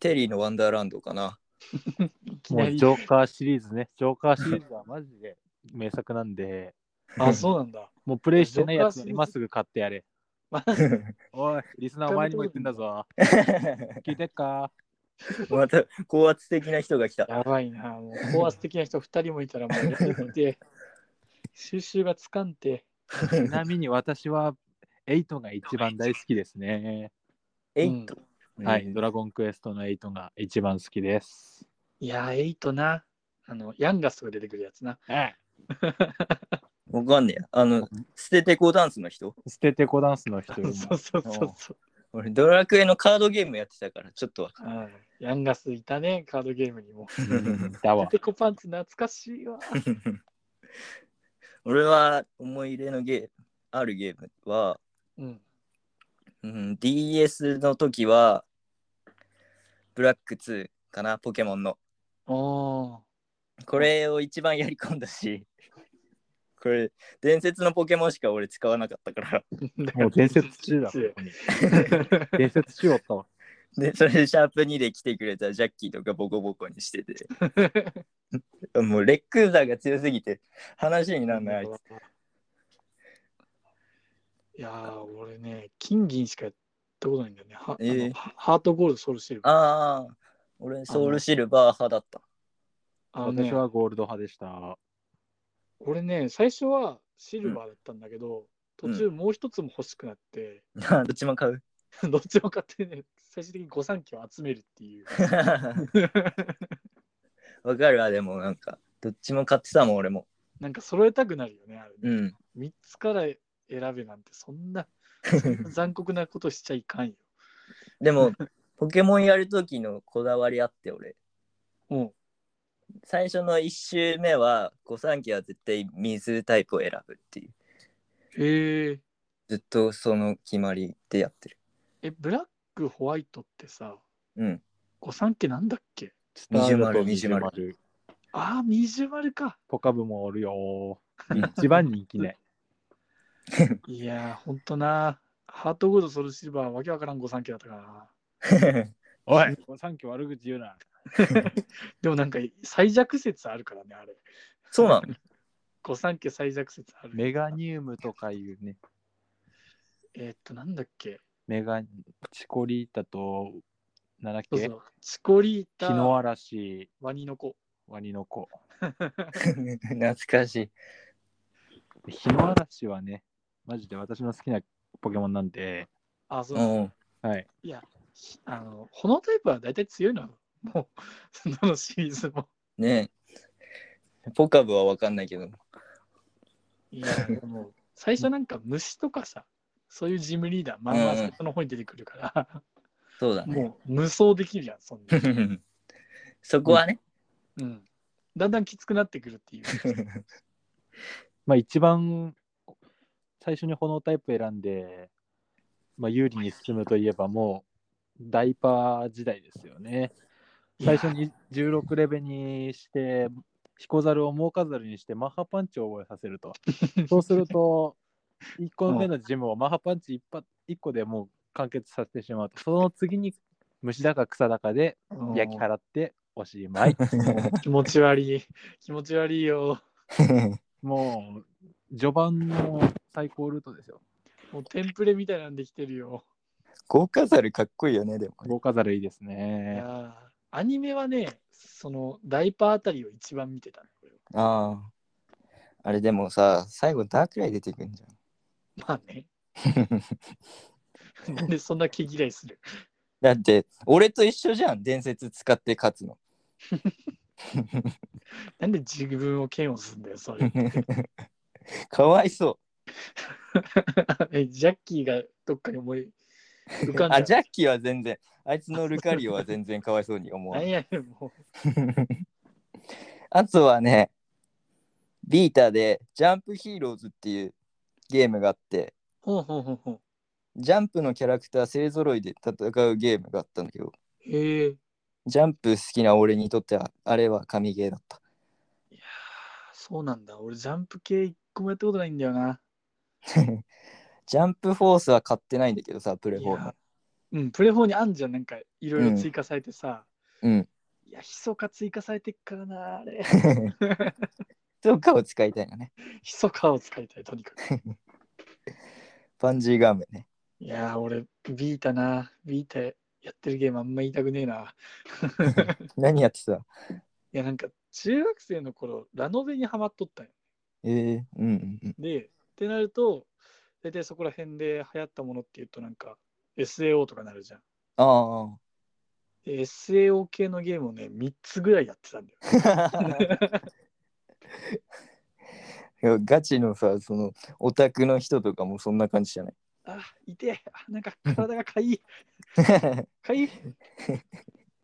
[SPEAKER 3] テリーのワンダーランドかな。
[SPEAKER 1] いき
[SPEAKER 2] も
[SPEAKER 1] な
[SPEAKER 2] う
[SPEAKER 1] り
[SPEAKER 2] ジョーカーシリーズね。ジョーカーシリーズはマジで名作なんで、
[SPEAKER 1] あ、そうなんだ。
[SPEAKER 2] もうプレイしてないやつに今すぐ買ってやれ。おい、リスナーお前にも言ってんだぞ。聞いてっか。
[SPEAKER 3] また高圧的な人 が来た。
[SPEAKER 1] やばいな。もう高圧的な人2人もいたらもうやめて、 収集がつかんて。
[SPEAKER 2] ちなみに私は8が一番大好きですね。
[SPEAKER 3] エイト。
[SPEAKER 2] はい、ドラゴンクエストの8が一番好きです。
[SPEAKER 1] いやー、エイトな。あの、ヤンガスが出てくるやつな。
[SPEAKER 3] わかんねえ。あの、捨ててこダンスの人
[SPEAKER 2] 捨ててこダンスの人
[SPEAKER 1] そうそうそうそう。
[SPEAKER 3] 俺、ドラクエのカードゲームやってたから、ちょっとわか
[SPEAKER 1] うんヤンガスいたね、カードゲームにも。
[SPEAKER 2] うんだわ
[SPEAKER 1] ペ。テコパンツ懐かしいわ。
[SPEAKER 3] る俺は思い入れのゲーム、あるゲームは、
[SPEAKER 1] うん。
[SPEAKER 3] うん、DS の時は、ブラック2かな、ポケモンの。
[SPEAKER 1] おー。
[SPEAKER 3] これを一番やり込んだし、これ、伝説のポケモンしか俺使わなかったから。
[SPEAKER 2] もう伝説中だ。 伝説しようと。
[SPEAKER 3] で、それでシャープ2で来てくれたジャッキーとかボコボコにしてて。 もうレックウザーが強すぎて話にならないあいつ。
[SPEAKER 1] いやー、俺ね、金銀しかやったことないんだよね。はあの
[SPEAKER 3] えー
[SPEAKER 1] ハハートゴールドソウルシルバー。
[SPEAKER 3] ああ、俺ソウルシルバー派だった。
[SPEAKER 1] あのね
[SPEAKER 2] 私、はゴールド派でした。
[SPEAKER 1] 俺ね、最初はシルバーだったんだけど、
[SPEAKER 3] うん
[SPEAKER 1] 途中もう一つも欲しくなって、
[SPEAKER 3] どっちも買う。
[SPEAKER 1] どっちも買ってね、最終的に御三家を集めるっていう。
[SPEAKER 3] わかるわ、でもなんか、どっちも買ってたもん、俺も。
[SPEAKER 1] なんか揃えたくなるよね、あれね。
[SPEAKER 3] うん。
[SPEAKER 1] 3つから選べなんて、そんな残酷なことしちゃいかんよ。
[SPEAKER 3] でも、ポケモンやるときのこだわりあって、俺。
[SPEAKER 1] うん。
[SPEAKER 3] 最初の1周目は、御三家は絶対水タイプを選ぶっていう。
[SPEAKER 1] へえ。
[SPEAKER 3] ずっとその決まりでやってる。
[SPEAKER 1] え、ブラック、ホワイトってさ、
[SPEAKER 3] うん。
[SPEAKER 1] 御三家なんだっけ
[SPEAKER 3] 二重丸
[SPEAKER 2] スタールと二重丸
[SPEAKER 3] 二
[SPEAKER 1] ああ、二重丸か。
[SPEAKER 2] ポカブもおるよ。一番人気ね。
[SPEAKER 1] いやー、ほんとな。ハートゴールド、ソウルシルバー、わけわからん御三家だったからな。
[SPEAKER 2] おい、サンキ悪口言うな。
[SPEAKER 1] でもなんか、最弱説あるからね、あれ。
[SPEAKER 3] そうなの
[SPEAKER 1] 御三家最弱説ある。
[SPEAKER 2] メガニウムとかいうね、
[SPEAKER 1] えーっと、なんだっけ
[SPEAKER 2] メガチコリータと、なんだっ
[SPEAKER 1] そう
[SPEAKER 2] け
[SPEAKER 1] そう。チコリー
[SPEAKER 2] キノ
[SPEAKER 1] タ、
[SPEAKER 2] アラシ、
[SPEAKER 1] ワニの子。
[SPEAKER 2] ワニの子。
[SPEAKER 3] 懐かしい。
[SPEAKER 2] ヒノアラシはね、マジで私の好きなポケモンなんで、
[SPEAKER 1] あ、そうう。
[SPEAKER 3] ん。
[SPEAKER 2] はい。
[SPEAKER 1] あの、炎タイプは大体強いのよ。もう、そのシリーズも。
[SPEAKER 3] ねえポカブは分かんないけど。
[SPEAKER 1] いや、でも、最初なんか虫とかさ、そういうジムリーダー、まんま最初の方に出てくるから、
[SPEAKER 3] そうだね。
[SPEAKER 1] もう無双できるやん、そんな。
[SPEAKER 3] そこはね。
[SPEAKER 1] うん。だんだんきつくなってくるっていう。
[SPEAKER 2] まあ一番最初に炎タイプ選んで、まあ有利に進むといえばもうダイパー時代ですよね。最初に16レベルにして、ヒコザルを儲かざるにしてマッハパンチを覚えさ せると。そうすると、1個目のジムをマッハパンチ 1, 発一個でもう完結させてしまうと、その次に虫だか草だかで
[SPEAKER 1] うん
[SPEAKER 2] 焼き払っておしまい。
[SPEAKER 1] 気持ち悪い。気持ち悪いよ。
[SPEAKER 2] もう、序盤の最高ルートですよ。
[SPEAKER 1] もうテンプレみたいなんできてるよ。
[SPEAKER 3] 豪華猿かっこいいよね、でも。
[SPEAKER 2] 豪華ルいいです
[SPEAKER 1] い
[SPEAKER 2] ね
[SPEAKER 1] や。ーアニメはね、そのダイパーあたりを一番見てたね。俺は
[SPEAKER 3] ああ。あれでもさ、最後ダークライ出てくんじ
[SPEAKER 1] まあね。
[SPEAKER 3] ゃん。
[SPEAKER 1] なんでそんな毛嫌いする。
[SPEAKER 3] だって、俺と一緒じゃん、伝説使って勝つの。
[SPEAKER 1] なんで自分を嫌悪するんだよ、それ。
[SPEAKER 3] かわいそ
[SPEAKER 1] えジャッキーがどっかに思い浮
[SPEAKER 3] う。
[SPEAKER 1] かんだ。
[SPEAKER 3] あ、ジャッキーは全然、あいつのルカリオは全然かわいそうに思
[SPEAKER 1] なん
[SPEAKER 3] う。
[SPEAKER 1] やねん、も
[SPEAKER 3] あとはね、ビータでジャンプヒーローズっていうゲームがあって、
[SPEAKER 1] う。ほうほうほうほう。
[SPEAKER 3] ジャンプのキャラクター勢ぞろいで戦うゲームがあったんだけど、
[SPEAKER 1] へえ。
[SPEAKER 3] ジャンプ好きな俺にとってはあれは神ゲーだった。
[SPEAKER 1] いやーそうなんだ。俺、ジャンプ系一個もやったことないんだよな。
[SPEAKER 3] ジャンプフォースは買ってないんだけどさ、プレフォー
[SPEAKER 1] い
[SPEAKER 3] の
[SPEAKER 1] や。うん、プレフォーにあんじゃん、なんかいろいろ追加されてさ。
[SPEAKER 3] うん。
[SPEAKER 1] いや、ひそか追加されてっからな、あれ。
[SPEAKER 3] 密かを使いたいのね。
[SPEAKER 1] ひそかを使いたい、とにかく。
[SPEAKER 3] バンジーガムね。
[SPEAKER 1] いやー、俺、ビータな。ビータやってるゲームあんま言いたくねえな。
[SPEAKER 3] 何やってた
[SPEAKER 1] いや、なんか、中学生の頃、ラノベにハマっとったんよ。
[SPEAKER 3] えー、うんうんうん。
[SPEAKER 1] で、ってなると、大体そこら辺で流行ったものっていうと、なんか、SAO とかなるじゃん。
[SPEAKER 3] ああ。
[SPEAKER 1] で SAO 系のゲームをね、3つぐらいやってたんだよ。
[SPEAKER 3] いやガチのさ、その、オタクの人とかもそんな感じじゃない。
[SPEAKER 1] あ、痛え。あなんか、体がかゆい。かゆい。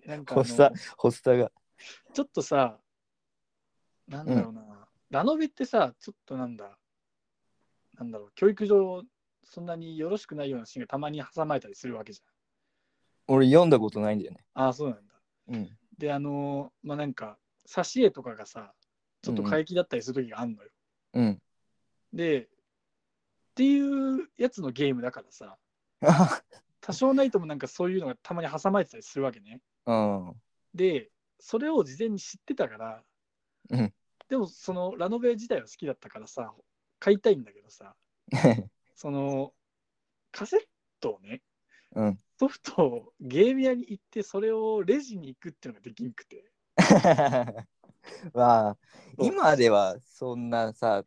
[SPEAKER 1] なんかあの、
[SPEAKER 3] 発作、発作が。
[SPEAKER 1] ちょっとさ、なんだろうな、ラノベってさ、ちょっとなんだ、なんだろう、教育上、そんなによろしくないようなシーンがたまに挟まれたりするわけじ
[SPEAKER 3] 俺読んだことないんだよね。
[SPEAKER 1] ゃん。ああ、そうなんだ。
[SPEAKER 3] うん。
[SPEAKER 1] で、あのーまあ、なんか、挿絵とかがさ、ちょっと過激だったりする時があんのよ。
[SPEAKER 3] うん。
[SPEAKER 1] で、っていうやつのゲームだからさ、
[SPEAKER 3] あ
[SPEAKER 1] 多少ないともなんかそういうのがたまに挟まれてたりするわけね。
[SPEAKER 3] あ。
[SPEAKER 1] で、それを事前に知ってたから、
[SPEAKER 3] うん
[SPEAKER 1] でもそのラノベ自体は好きだったからさ、買いたいんだけどさ、そのカセットをね、
[SPEAKER 3] うん。
[SPEAKER 1] ソフトをゲーム屋に行って、それをレジに行くっていうのができんくて。
[SPEAKER 3] まあ、今ではそんなさ、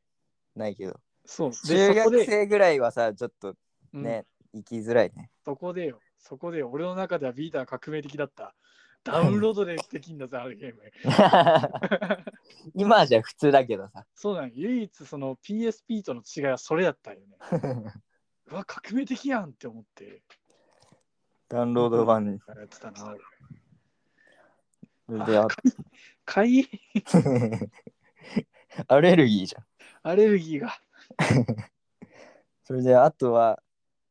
[SPEAKER 3] ないけど、
[SPEAKER 1] そう、で、
[SPEAKER 3] 中
[SPEAKER 1] そこ
[SPEAKER 3] 学
[SPEAKER 1] で、
[SPEAKER 3] 生ぐらいはさ、ちょっと
[SPEAKER 1] うん
[SPEAKER 3] ね、行きづらい ね。
[SPEAKER 1] そこでよ、そこでよ、俺の中ではビーターは革命的だった。ダウンロードでできんだぜ、あるゲーム。
[SPEAKER 3] 今じゃ普通だけど さ。
[SPEAKER 1] そうなんよ唯一その PSP との違いはそれだったよね。うわ、革命的やんって思って
[SPEAKER 3] ダウンロード版
[SPEAKER 1] やってたな。
[SPEAKER 3] であっ
[SPEAKER 1] かい
[SPEAKER 3] アレルギーじゃん。
[SPEAKER 1] アレルギーが。
[SPEAKER 3] それであとは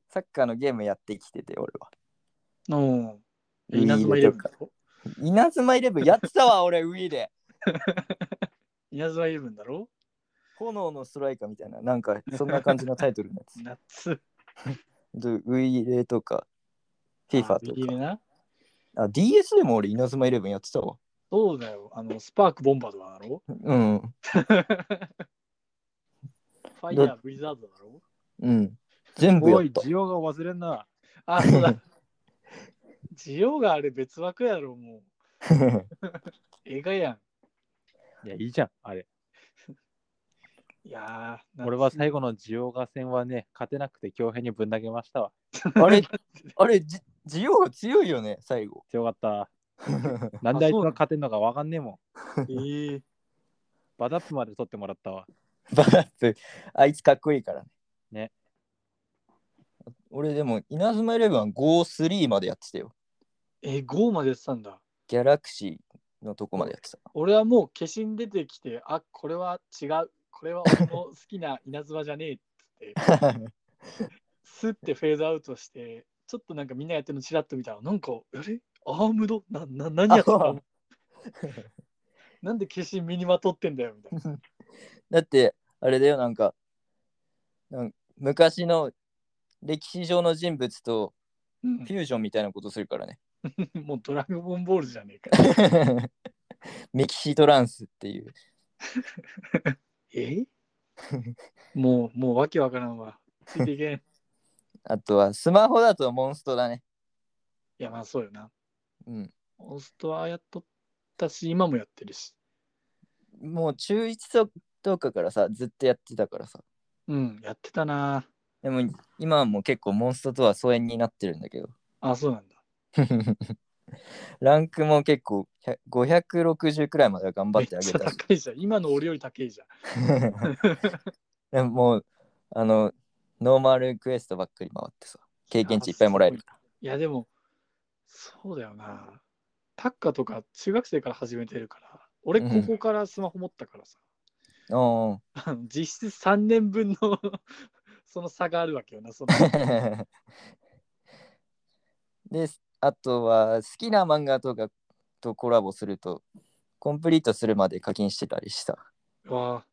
[SPEAKER 3] サッカーのゲームやってきてて俺は。
[SPEAKER 1] の
[SPEAKER 3] いいね
[SPEAKER 1] 稲妻イレブンだろ
[SPEAKER 3] 稲妻イレブンやってたわ俺 Wii で。
[SPEAKER 1] 稲妻イレブンだろ
[SPEAKER 3] 炎のストライカーみたいななんかそんな感じのタイトルのや つ。
[SPEAKER 1] 夏。
[SPEAKER 3] で Wii レとか FIFA
[SPEAKER 1] あいいね
[SPEAKER 3] とか。
[SPEAKER 1] な。
[SPEAKER 3] あ DS でも俺稲妻イレブンやってたわ。
[SPEAKER 1] そうだよ。あの、スパークボンバーとかだ ろ
[SPEAKER 3] うん。
[SPEAKER 1] ファイヤーブリザードだろ
[SPEAKER 3] うん。全部や
[SPEAKER 2] お
[SPEAKER 3] っ
[SPEAKER 2] い、
[SPEAKER 3] た。
[SPEAKER 2] 需要が忘れんな。
[SPEAKER 1] あ、そうだ。 需要があれ別枠やろ、もう。映画や
[SPEAKER 2] いや、いいじゃん、あれ。
[SPEAKER 1] ん。いやー、
[SPEAKER 2] 俺は最後の需要が戦はね、勝てなくて強兵にぶん投げましたわ。
[SPEAKER 3] あれあれじジオが強いよね最後。
[SPEAKER 2] 強か った。なんであいつが勝てんのかわかんねえもん。
[SPEAKER 1] 夏えー
[SPEAKER 2] バダップまで取ってもらったわ。
[SPEAKER 3] バラップあいつかっこいいからね。
[SPEAKER 2] ね。
[SPEAKER 3] 俺でも、稲妻イレブンは5-3までやってたよ。
[SPEAKER 1] えー、5までやってたんだ。
[SPEAKER 3] ギャラクシーのとこまでやってた。
[SPEAKER 1] 俺はもう化身出てきて、あ、これは違う。これは俺の好きな稲妻じゃねえっつって、スッてフェードアウトして、ちょっとなんかみんなやってるのチラッと見たら、なんか、あれアームドな、な、何やってたの なんで化身身にまとってんだよみたいな。
[SPEAKER 3] だって、あれだよ、なんか、なん昔の歴史上の人物とフュージョンみたいなことするからね。
[SPEAKER 1] うんもうドラゴンボールじゃねえか。
[SPEAKER 3] メキシトランスっていう。
[SPEAKER 1] えもう、もうわけわからんわ。ついてい けん。い
[SPEAKER 3] あとは、スマホだとモンストだね。
[SPEAKER 1] や、まあそうよな。
[SPEAKER 3] うん。
[SPEAKER 1] オストはやっとったし、今もやってるし。
[SPEAKER 3] もう中1とかからさ、ずっとやってたからさ。
[SPEAKER 1] うん、やってたな。
[SPEAKER 3] でも今はもう結構モンストとは疎遠になってるんだけど。
[SPEAKER 1] あ、そうなんだ。
[SPEAKER 3] ランクも結構100 560くらいまでは頑張ってあげ
[SPEAKER 1] め
[SPEAKER 3] た
[SPEAKER 1] っちゃ高いじゃん。今の俺より高いじゃん。
[SPEAKER 3] し。 でももうあのノーマルクエストばっかり回ってさ経験値いっぱいもらえる。
[SPEAKER 1] いや、でも、そうだよな。タッカーとか中学生から始めてるから、俺、
[SPEAKER 3] うん
[SPEAKER 1] ここからスマホ持ったからさ、
[SPEAKER 3] お
[SPEAKER 1] あの実質3年分の その差があるわけよな。その
[SPEAKER 3] ーであとは好きな漫画とかとコラボするとコンプリートするまで課金してたりした。
[SPEAKER 1] うわ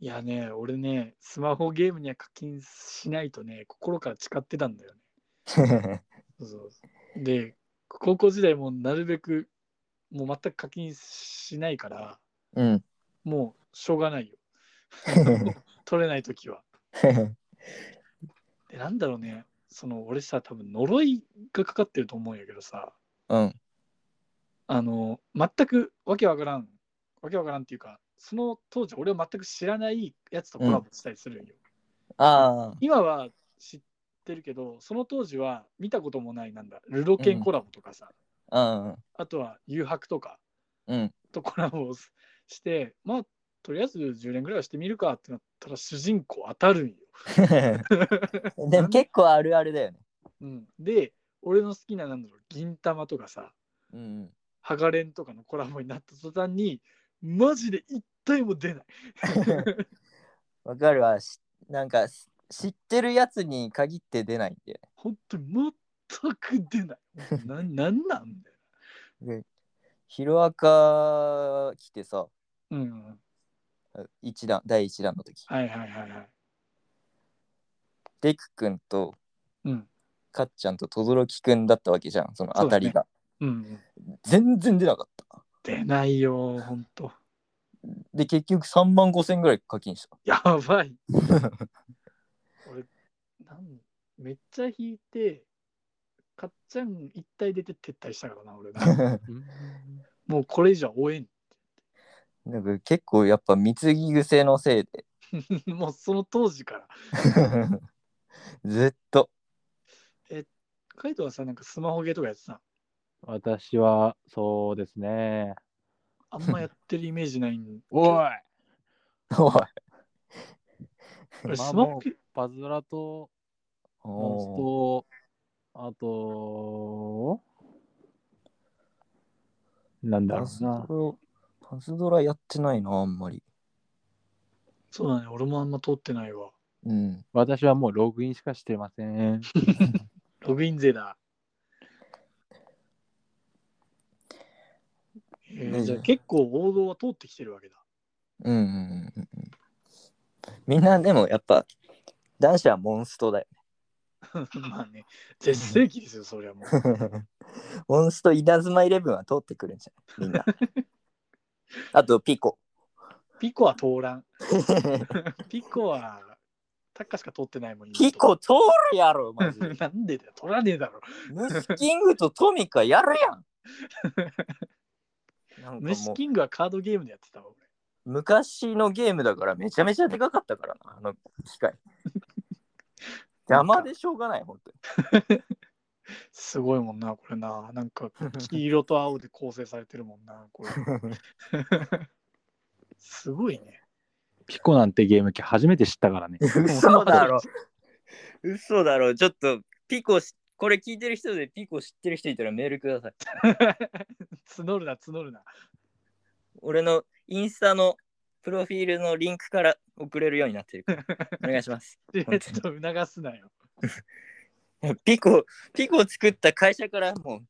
[SPEAKER 1] いやね、俺ね、スマホゲームには課金しないとね、心から誓ってたんだよね。そうそうで、高校時代もなるべく、もう全く課金しないから、
[SPEAKER 3] うん。
[SPEAKER 1] もうしょうがないよ。取れないときは。で、なんだろうね、その俺さ、多分呪いがかかってると思うんやけどさ、
[SPEAKER 3] うん。
[SPEAKER 1] あの、全くわけわからん、わけわからんっていうか、その当時俺を全く知らないやつとコラボしたりするんよ。
[SPEAKER 3] あ
[SPEAKER 1] 今は知ってるけど、その当時は見たこともない、なんだ、ルロケンコラボとかさ、
[SPEAKER 3] あ、
[SPEAKER 1] あとは誘白とか
[SPEAKER 3] うん。うん。
[SPEAKER 1] とコラボをすして、まあ、とりあえず10年ぐらいはしてみるかってなったら主人公当たるんよ。
[SPEAKER 3] でも結構あるあるだよね。
[SPEAKER 1] うん、で、俺の好きな、なんだろう、銀玉とかさ、
[SPEAKER 3] うん。
[SPEAKER 1] ハガレンとかのコラボになった途端に、マジで一体も出ない。
[SPEAKER 3] わかるわ。しなんかし知ってるやつに限って出ないんで。
[SPEAKER 1] 本当に全く出ない。な なんなんみたい
[SPEAKER 3] でヒロアカ来てさ、
[SPEAKER 1] な。うん。
[SPEAKER 3] 一弾、第一弾の時。
[SPEAKER 1] はいはいはいはい。
[SPEAKER 3] デク君と
[SPEAKER 1] うん。
[SPEAKER 3] かっちゃんと轟君だったわけじゃん、その当たりが。
[SPEAKER 1] うん、
[SPEAKER 3] 全然出なかった。
[SPEAKER 1] 出ないよ、本当。
[SPEAKER 3] で、結局3万5千ぐらい課金した。
[SPEAKER 1] やば い。俺なん、めっちゃ引いて、かっちゃん一体出て撤退したからな、 俺な。もうこれ以上は応援。
[SPEAKER 3] なんか結構やっぱ貢ぎ癖のせ いで
[SPEAKER 1] もうその当時から。
[SPEAKER 3] ずっと
[SPEAKER 1] カイトはさ、なんかスマホゲーとかやってた
[SPEAKER 2] 私は、そうですね。
[SPEAKER 1] あんまやってるイメージないん
[SPEAKER 2] おい
[SPEAKER 3] おい
[SPEAKER 1] 俺
[SPEAKER 2] まあ
[SPEAKER 1] スマホゲー
[SPEAKER 2] パズドラと、モンス
[SPEAKER 3] お
[SPEAKER 2] ト、あと、なん
[SPEAKER 3] ー
[SPEAKER 2] だ
[SPEAKER 3] パ
[SPEAKER 2] ろ
[SPEAKER 3] ズ
[SPEAKER 2] うな。
[SPEAKER 3] ドラパズドラやってないなあんまり
[SPEAKER 1] そうだね、俺もあんま通ってないわ。
[SPEAKER 3] うん
[SPEAKER 2] 私はもうログインしかしてません。
[SPEAKER 1] ログイン税だ。えー
[SPEAKER 3] ねえ
[SPEAKER 1] じゃあ結構王道は通ってきてるわけだ。
[SPEAKER 3] うんうんうんうんうんみんなでもやっぱ男子はモンストだよ
[SPEAKER 1] まあね、絶世紀ですよ、そりゃもう。
[SPEAKER 3] モンスト稲妻イレブンは通ってくるんじゃないみんなあとピコ
[SPEAKER 1] ピコは通らん。ピコは、タッカしか通ってないもん。今
[SPEAKER 3] ピコ通るやろマジで
[SPEAKER 1] なんでだよ、取らねえだろ。
[SPEAKER 3] ムスキングとトミカやるやん。なんか
[SPEAKER 1] ムシ
[SPEAKER 3] もう
[SPEAKER 1] キングはカードゲームでやってたわ、俺。
[SPEAKER 3] 昔のゲームだからめちゃめちゃでかかったからな、あの機械。邪魔でしょうがない、本当に。
[SPEAKER 1] すごいもんな、これな。なんか、黄色と青で構成されてるもんな、これ。すごいね。
[SPEAKER 2] ピコなんてゲーム機初めて知ったからね。
[SPEAKER 3] 嘘だろ。嘘だろ。ちょっとピコし、これ聞いてる人でピコ知ってる人いたらメールください。
[SPEAKER 1] 募るな、募るな。
[SPEAKER 3] 俺のインスタのプロフィールのリンクから送れるようになってるから。お願いします。
[SPEAKER 1] しれっと促すなよ。
[SPEAKER 3] ピコ、ピコを作った会社からもう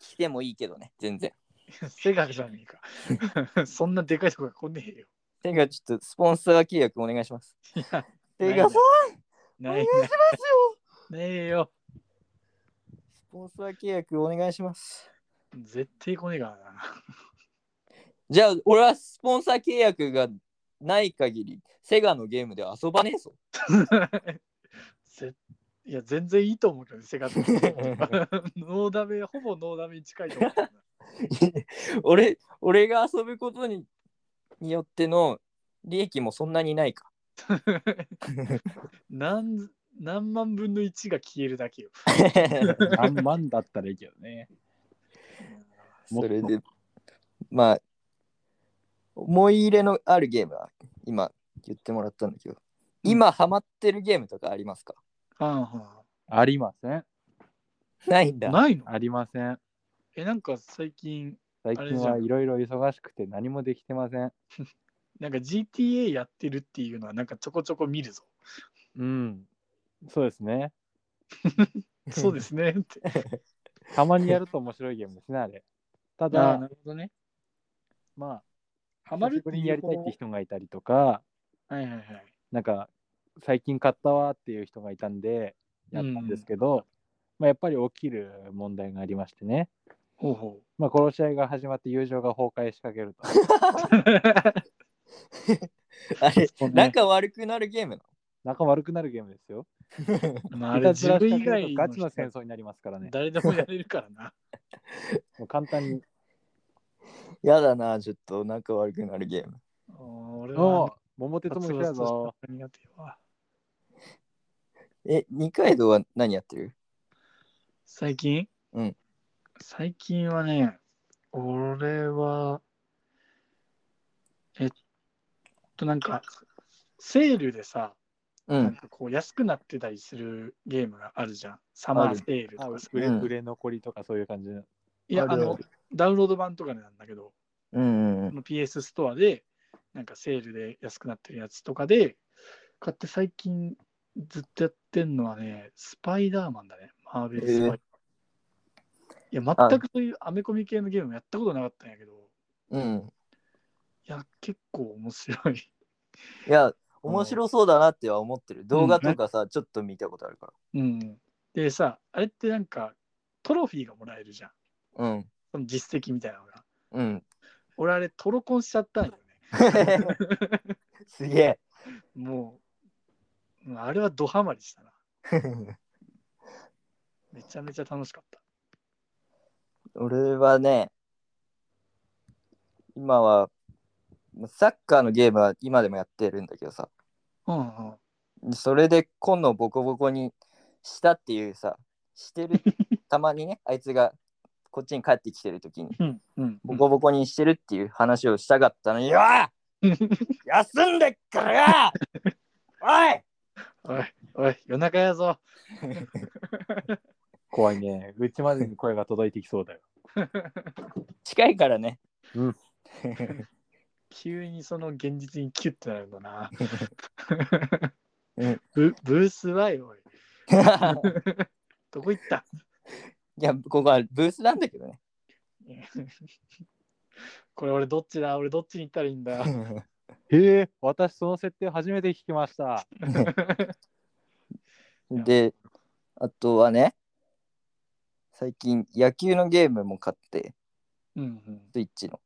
[SPEAKER 3] 来てもいいけどね、全然。
[SPEAKER 1] セガじゃねえか。 そんなでかいとこが来ねえよ。
[SPEAKER 3] てか、ちょっとスポンサー契約お願いし ます。
[SPEAKER 1] いや、
[SPEAKER 3] て
[SPEAKER 1] ない
[SPEAKER 3] か、
[SPEAKER 1] ね
[SPEAKER 3] そう
[SPEAKER 1] ないない。
[SPEAKER 3] ですよ。
[SPEAKER 1] ねえよ。
[SPEAKER 3] スポンサー契約お願いします。
[SPEAKER 1] 絶対来ねえからな。
[SPEAKER 3] じゃあ、俺はスポンサー契約がない限り、セガのゲームでは遊ばねえぞ。
[SPEAKER 1] ぜいや、全然いいと思うけど、セガと。ノーダメ、ほぼ ノーダメに近いと思うけどな。
[SPEAKER 3] 俺、俺が遊ぶことにによっての利益もそんなにないか。
[SPEAKER 1] 何何万分の1が消えるだけよ。
[SPEAKER 2] 何万だったらいいけどね。もっ
[SPEAKER 3] そ
[SPEAKER 2] と
[SPEAKER 3] れで、まあ、思い入れのあるゲームは今言ってもらったんだけど、今ハマってるゲームとかありますか
[SPEAKER 1] はんは
[SPEAKER 2] ありません。
[SPEAKER 3] ないん
[SPEAKER 1] ん
[SPEAKER 3] だ。
[SPEAKER 1] ないの
[SPEAKER 2] ありません。
[SPEAKER 1] え、なんか最近、
[SPEAKER 2] 最
[SPEAKER 1] あれ
[SPEAKER 2] 近
[SPEAKER 1] じゃん
[SPEAKER 2] はいろいろ忙しくて何もできてません。
[SPEAKER 1] なんか GTA やってるっていうのは、なんかちょこちょこ見るぞ。
[SPEAKER 2] うん。そうですね。
[SPEAKER 1] そうですね。って。
[SPEAKER 2] たまにやると面白いゲームですね、あれ。た
[SPEAKER 1] ああ、
[SPEAKER 2] だ
[SPEAKER 1] な、るほどね。
[SPEAKER 2] まあ、
[SPEAKER 1] ハマ
[SPEAKER 2] 久
[SPEAKER 1] る
[SPEAKER 2] し
[SPEAKER 1] っ
[SPEAKER 2] ぶ
[SPEAKER 1] て
[SPEAKER 2] り
[SPEAKER 1] いう
[SPEAKER 2] にやりたいって人がいたりとか、
[SPEAKER 1] はいはいはい。
[SPEAKER 2] なんか、最近買ったわっていう人がいたんで、やったんですけど、まあ、やっぱり起きる問題がありましてね。
[SPEAKER 1] ほうほ
[SPEAKER 2] まあ、殺し合いが始まって友情が崩壊しかけると。
[SPEAKER 3] あれ、
[SPEAKER 2] そうね
[SPEAKER 3] 仲悪くなるゲーム
[SPEAKER 2] 仲悪くなるゲームですよ。
[SPEAKER 1] まあ、あ
[SPEAKER 2] い
[SPEAKER 1] れ
[SPEAKER 2] たず
[SPEAKER 1] 自
[SPEAKER 2] ら
[SPEAKER 1] 分
[SPEAKER 2] した
[SPEAKER 1] 以外
[SPEAKER 2] けどガチの
[SPEAKER 1] の
[SPEAKER 2] 戦
[SPEAKER 1] 人
[SPEAKER 2] 争になりますからね。
[SPEAKER 1] 誰でもやれるから な。
[SPEAKER 2] もう簡単に。
[SPEAKER 3] なのやだな、ちょっと仲悪くなるゲーム。
[SPEAKER 1] あー俺
[SPEAKER 2] お
[SPEAKER 1] は
[SPEAKER 2] う、桃鉄も一緒
[SPEAKER 1] 殺
[SPEAKER 2] や
[SPEAKER 1] 伐とした
[SPEAKER 2] ぞ。
[SPEAKER 1] の苦手よわ
[SPEAKER 3] え、二階堂は何やってる
[SPEAKER 1] 最近
[SPEAKER 3] うん。
[SPEAKER 1] 最近はね、俺は、えっと、なんか、セールでさ、
[SPEAKER 3] う
[SPEAKER 1] なん。かこう安くなってたりするゲームがあるじゃん。サマーセールと
[SPEAKER 2] あ
[SPEAKER 1] かさ。
[SPEAKER 2] 売れ
[SPEAKER 3] うん
[SPEAKER 2] 売れ残りとかそういう感じの。
[SPEAKER 1] いや、
[SPEAKER 3] あ
[SPEAKER 1] あ
[SPEAKER 3] るある
[SPEAKER 1] の、ダウンロード版とかなんだけど、
[SPEAKER 3] うんう
[SPEAKER 1] こ
[SPEAKER 3] ん
[SPEAKER 1] の PS ストアで、なんかセールで安くなってるやつとかで、買って最近ずっとやってんのはね、スパイダーマンだね。マーベルスパイダーマン。いや、全くそういうアメコミ系のゲームやったことなかったんやけど、
[SPEAKER 3] うん。うん。
[SPEAKER 1] いや、結構面白い。
[SPEAKER 3] いや、面白そうだなっては思ってる。動画とかさ、ちょっと見たことあるか
[SPEAKER 1] うん。でさ、あれってなんか、トロフィーがもらえるじゃん。
[SPEAKER 3] ら。うん。
[SPEAKER 1] その実績みたいなのが。
[SPEAKER 3] うん。
[SPEAKER 1] 俺あれ、トロコンしちゃったんよね。
[SPEAKER 3] すげえ。
[SPEAKER 1] もう、うんあれはドハマりしたな。めちゃめちゃ楽しかった。
[SPEAKER 3] 俺はね、今は、サッカーのゲームは今でもやってるんだけどさ、
[SPEAKER 1] うんうん。
[SPEAKER 3] それで今野をボコボコにしたっていうさ、してる、 たまにね、あいつがこっちに帰ってきてる時に、
[SPEAKER 1] うんうん。
[SPEAKER 3] ボコボコにしてるっていう話をしたかったのに、よー休んでっ からよおい
[SPEAKER 1] おい、おい、夜中やぞ。
[SPEAKER 2] 怖いね。うちまでに声が届いてきそうだよ。
[SPEAKER 3] 近いからね。
[SPEAKER 2] うん
[SPEAKER 1] 急にその現実にキュッてなるんだ な。
[SPEAKER 3] うん
[SPEAKER 1] ブブースはよ、おい。どこ行った
[SPEAKER 3] いや、ここはブースなんだけどね。
[SPEAKER 1] これ俺どっちだ俺どっちに行ったらいいんだ
[SPEAKER 2] へえ、私その設定初めて聞きました。
[SPEAKER 3] で、あとはね、最近野球のゲームも買って、
[SPEAKER 1] うん、うん。
[SPEAKER 3] スイッチの。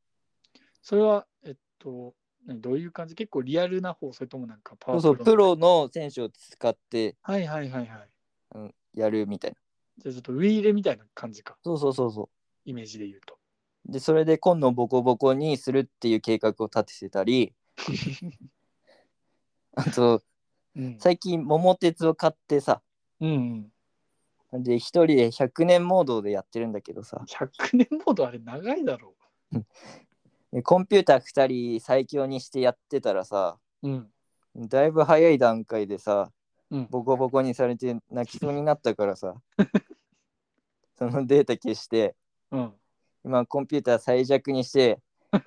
[SPEAKER 1] それは、えっと、何どういう感じ結構リアルな方、それともなんかパ
[SPEAKER 3] そう
[SPEAKER 1] ワフ
[SPEAKER 3] そう、
[SPEAKER 1] ルな
[SPEAKER 3] プロの選手を使って、
[SPEAKER 1] はいはいはいはい。
[SPEAKER 3] うん、やるみたいな。
[SPEAKER 1] じゃあちょっとウィーレみたいな感じか。
[SPEAKER 3] そうそうそうそ
[SPEAKER 1] イメージで言うと。
[SPEAKER 3] う。で、それで今度ボコボコにするっていう計画を立てて たり、あと、
[SPEAKER 1] うん
[SPEAKER 3] 最近桃鉄を買ってさ、
[SPEAKER 1] うんうん、
[SPEAKER 3] で、一人で100年モードでやってるんだけどさ、
[SPEAKER 1] 100年モードあれ長いだろ
[SPEAKER 3] でコンピューター2人最強にしてやってたらさ、
[SPEAKER 1] う。うん。
[SPEAKER 3] だいぶ早い段階でさ、
[SPEAKER 1] うん
[SPEAKER 3] ボコボコにされて泣きそうになったからさ そのデータ消して
[SPEAKER 1] うん。
[SPEAKER 3] 今コンピューター最弱にして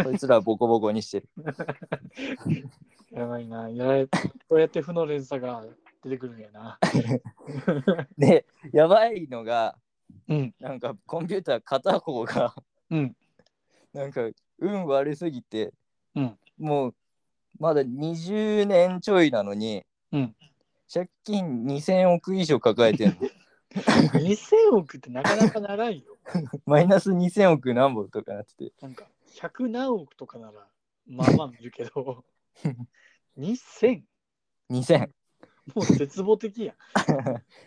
[SPEAKER 3] こいつらボコボコにしてる
[SPEAKER 1] やばいな。やられこうやって負の連鎖が出てくるんやな。
[SPEAKER 3] でやばいのが
[SPEAKER 1] うん。
[SPEAKER 3] なんかコンピューター片方が
[SPEAKER 1] うん。
[SPEAKER 3] なんか運悪すぎて、
[SPEAKER 1] うん
[SPEAKER 3] もうまだ20年ちょいなのに、
[SPEAKER 1] うん
[SPEAKER 3] 借金2000億以上抱えてんの
[SPEAKER 1] 2000億ってなかなか長いよ。
[SPEAKER 3] マイナス2000億何本とかなってて
[SPEAKER 1] なんか、100何億とかなら、まあまあ見るけ ど、2000?
[SPEAKER 3] 2000
[SPEAKER 1] もう絶望的やん。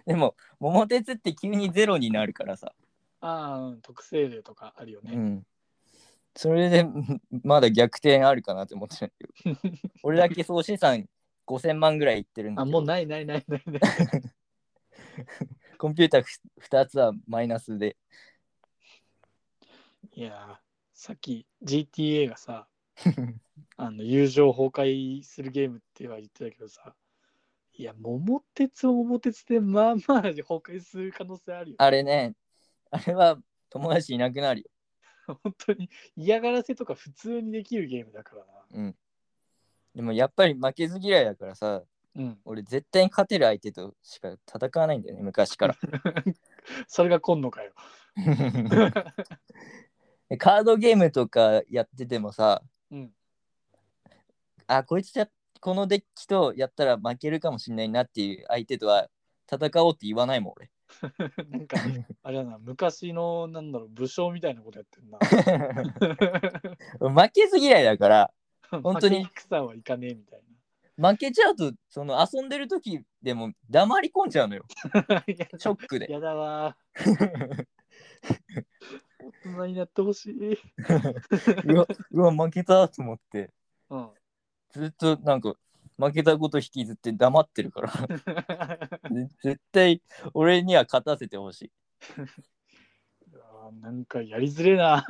[SPEAKER 3] でも桃鉄って急にゼロになるからさ、
[SPEAKER 1] ああ、うん特性例とかあるよ
[SPEAKER 3] う
[SPEAKER 1] ね。
[SPEAKER 3] ん、それで まだ逆転あるかなって思ってる けど俺だけ総資産5000万ぐらいいってるんだ
[SPEAKER 1] あ、
[SPEAKER 3] け
[SPEAKER 1] もう
[SPEAKER 3] ど
[SPEAKER 1] ないないないないない。
[SPEAKER 3] コンピューターふ2つはマイナスで
[SPEAKER 1] いやー、さっき GTA が さ、あの友情崩壊するゲームっては言ってたけどさ、いや、桃鉄は桃鉄でまあまあ崩壊する可能性あるよ。
[SPEAKER 3] あれねあれは友達いなくなるよ
[SPEAKER 1] 本当に嫌がらせとか普通にできるゲームだから
[SPEAKER 3] でもやっぱり負けず嫌いだからさ
[SPEAKER 1] な。うん。
[SPEAKER 3] 俺絶対に勝てる相手としか戦わないんだよね昔から
[SPEAKER 1] それが今度かよ。
[SPEAKER 3] でカードゲームとかやっててもさ
[SPEAKER 1] うん。
[SPEAKER 3] あこいつやこのデッキとやったら負けるかもしれないなっていう相手とは戦おうって言わないもん俺
[SPEAKER 1] なんか、あれだな、昔の、なんだろう、武将みたいなことやってんな。
[SPEAKER 3] 負けず嫌いだから本当に
[SPEAKER 1] 負け戦はいかねえみたいな。
[SPEAKER 3] 負けちゃうと、その遊んでる時でも黙り込んじ ゃうのよ。ショックで。
[SPEAKER 2] やだわー。大人になってほしい。
[SPEAKER 3] うわ、うわ負けたと思って、
[SPEAKER 1] うん。
[SPEAKER 3] ずっとなんか、負けたこと引きずって黙ってるから、 ぜ絶対俺には勝たせてほしい。
[SPEAKER 1] いやーなんかやりづれえな。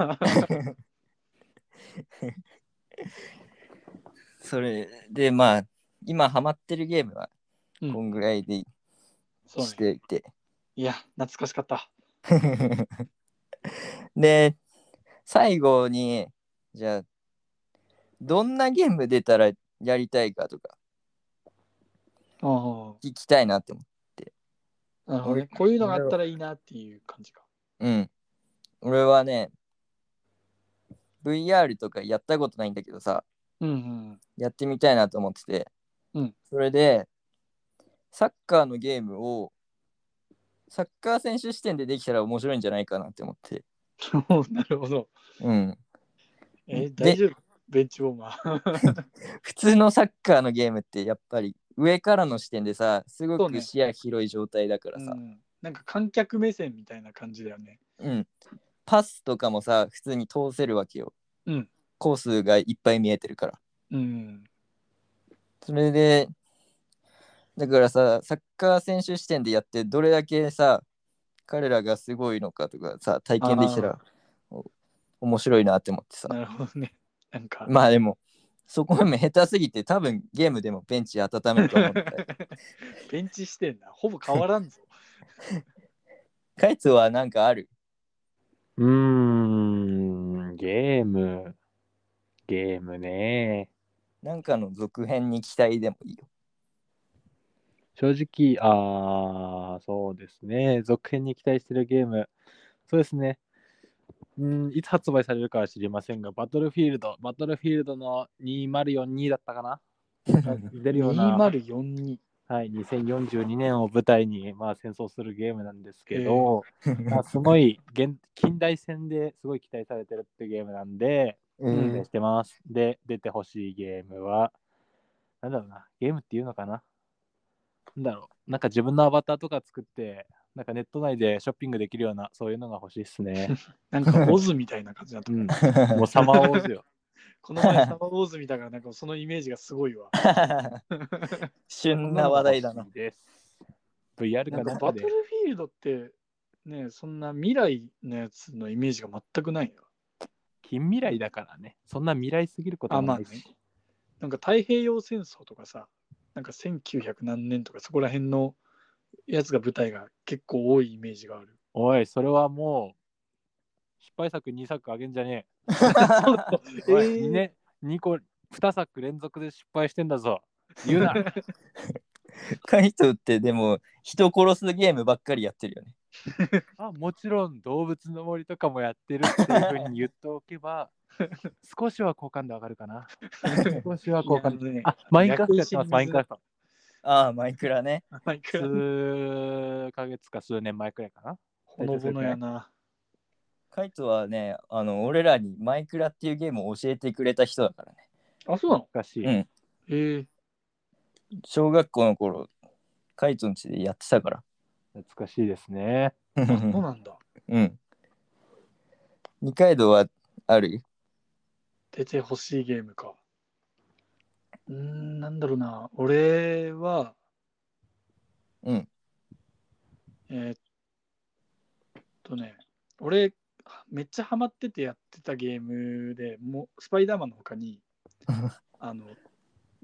[SPEAKER 3] それで、まあ、今ハマってるゲーム
[SPEAKER 1] う
[SPEAKER 3] は、
[SPEAKER 1] ん
[SPEAKER 3] こんぐらいで
[SPEAKER 1] そう
[SPEAKER 3] し
[SPEAKER 1] ね。
[SPEAKER 3] ていて。
[SPEAKER 1] いや、懐かしかった。
[SPEAKER 3] で、最後に、じゃあ、どんなゲーム出たらやりたいかとか
[SPEAKER 1] ああ。
[SPEAKER 3] 聞きたいなって思
[SPEAKER 1] なるほどね
[SPEAKER 3] 俺
[SPEAKER 1] こういうのがあったらいいなっていう感じか。
[SPEAKER 3] う。うん。俺はね、VR とかやったことないんだけどさ、
[SPEAKER 1] うん
[SPEAKER 3] やってみたいなと思ってて、
[SPEAKER 1] うん
[SPEAKER 3] それで、サッカーのゲームを、サッカー選手視点でできたら面白いんじゃないかなって思って。
[SPEAKER 1] うん。なるほど。
[SPEAKER 3] うん。
[SPEAKER 1] え、
[SPEAKER 3] で
[SPEAKER 1] 大丈夫ベンチウォーマー。
[SPEAKER 3] 普通のサッカーのゲームってやっぱり上からの視点でさすご
[SPEAKER 1] そうね
[SPEAKER 3] く視野広い状態だから
[SPEAKER 1] う
[SPEAKER 3] さう、
[SPEAKER 1] ん、なんか観客目線みたいな感じだよね。
[SPEAKER 3] んパスとかもさ普通に通せるわけよ、
[SPEAKER 1] うん
[SPEAKER 3] コースがいっぱい見えてるから
[SPEAKER 1] うん。
[SPEAKER 3] それでだからさサッカー選手視点でやってどれだけさ彼らがすごいのかとかさ体験できたらお面白いなって思ってさ
[SPEAKER 1] なるほどね。なんか。
[SPEAKER 3] まあでもそこも下手すぎて多分ゲームでもベンチ温めると思った
[SPEAKER 1] ベンチしてんな。ほぼ変わらんぞ。
[SPEAKER 3] カイツはなんかある
[SPEAKER 2] うーん、ゲーム。ゲームね。
[SPEAKER 3] なんかの続編に期待でもいいよ。
[SPEAKER 2] 正直、あー、そうですね。続編に期待してるゲーム。そうですね。うん、いつ発売されるかは知りませんが、バトルフィールド、バトルフィールドの2042だったか な出るような。
[SPEAKER 1] 2042。
[SPEAKER 2] はい、2042年を舞台に、まあ、戦争するゲームなんですけど、まあ、すごい現近代戦ですごい期待されてるってゲームなんで、
[SPEAKER 3] う
[SPEAKER 2] 期
[SPEAKER 3] ん
[SPEAKER 2] 待してます。で、出てほしいゲームは、なんだろうな、ゲームっていうのかななんだろう、なんか自分のアバターとか作って、なんかネット内でショッピングできるような、そういうのが欲しいですね。
[SPEAKER 1] なんかオズみたいな感じだった
[SPEAKER 2] う。ん、もうサマーウォーズよ。
[SPEAKER 1] この前サマーウォーズ見たから、なんかそのイメージがすごいわ。
[SPEAKER 3] 旬な話題だな。。
[SPEAKER 2] です。VR
[SPEAKER 1] な
[SPEAKER 2] か
[SPEAKER 1] んか
[SPEAKER 2] なん
[SPEAKER 1] バト
[SPEAKER 2] かで
[SPEAKER 1] ルフ。ィールドって、ね、そんな未来のやつのイメージが全くないよ。
[SPEAKER 2] 近未来だからね、そんな未来すぎること
[SPEAKER 1] あ、
[SPEAKER 2] も
[SPEAKER 1] まあ
[SPEAKER 2] ない
[SPEAKER 1] ね
[SPEAKER 2] し。。
[SPEAKER 1] なんか太平洋戦争とかさ、なんか1900何年とかそこら辺のやつが舞台が結構多いイメージがある。
[SPEAKER 2] おい、それはもう、失敗作2作あげんじゃねえ。 おい、2年、2個、2作連続で失敗してんだぞ。言う な。
[SPEAKER 3] カイトってでも人殺すゲームばっかりやってるよね。
[SPEAKER 2] あもちろん、動物の森とかもやってるっていうふうに言っておけば、少しは好感度上がるかな。少しは好感度。
[SPEAKER 1] いやね
[SPEAKER 2] あ、マインクラフトやってます、マインクラフト。
[SPEAKER 3] ああ、マイクラね。
[SPEAKER 1] 毎回
[SPEAKER 2] 数ヶ月か数年前くらいかな。
[SPEAKER 1] ほのぼのやな。
[SPEAKER 3] カイトはね、あの俺らにマイクラっていうゲームを教えてくれた人だからね。
[SPEAKER 1] あ、そうなの
[SPEAKER 2] 昔しい。
[SPEAKER 3] うん
[SPEAKER 1] ええ
[SPEAKER 3] 小学校の頃、カイトの家でやってたから。
[SPEAKER 2] 懐かしいですね。
[SPEAKER 1] そうなんだ。
[SPEAKER 3] うん。二階堂はある
[SPEAKER 1] 出てほしいゲームか。うーん、なんだろうな。俺は、
[SPEAKER 3] うん。
[SPEAKER 1] えーっとね、俺、めっちゃハマっててやってたゲームでもう、スパイダーマンの他に、あの、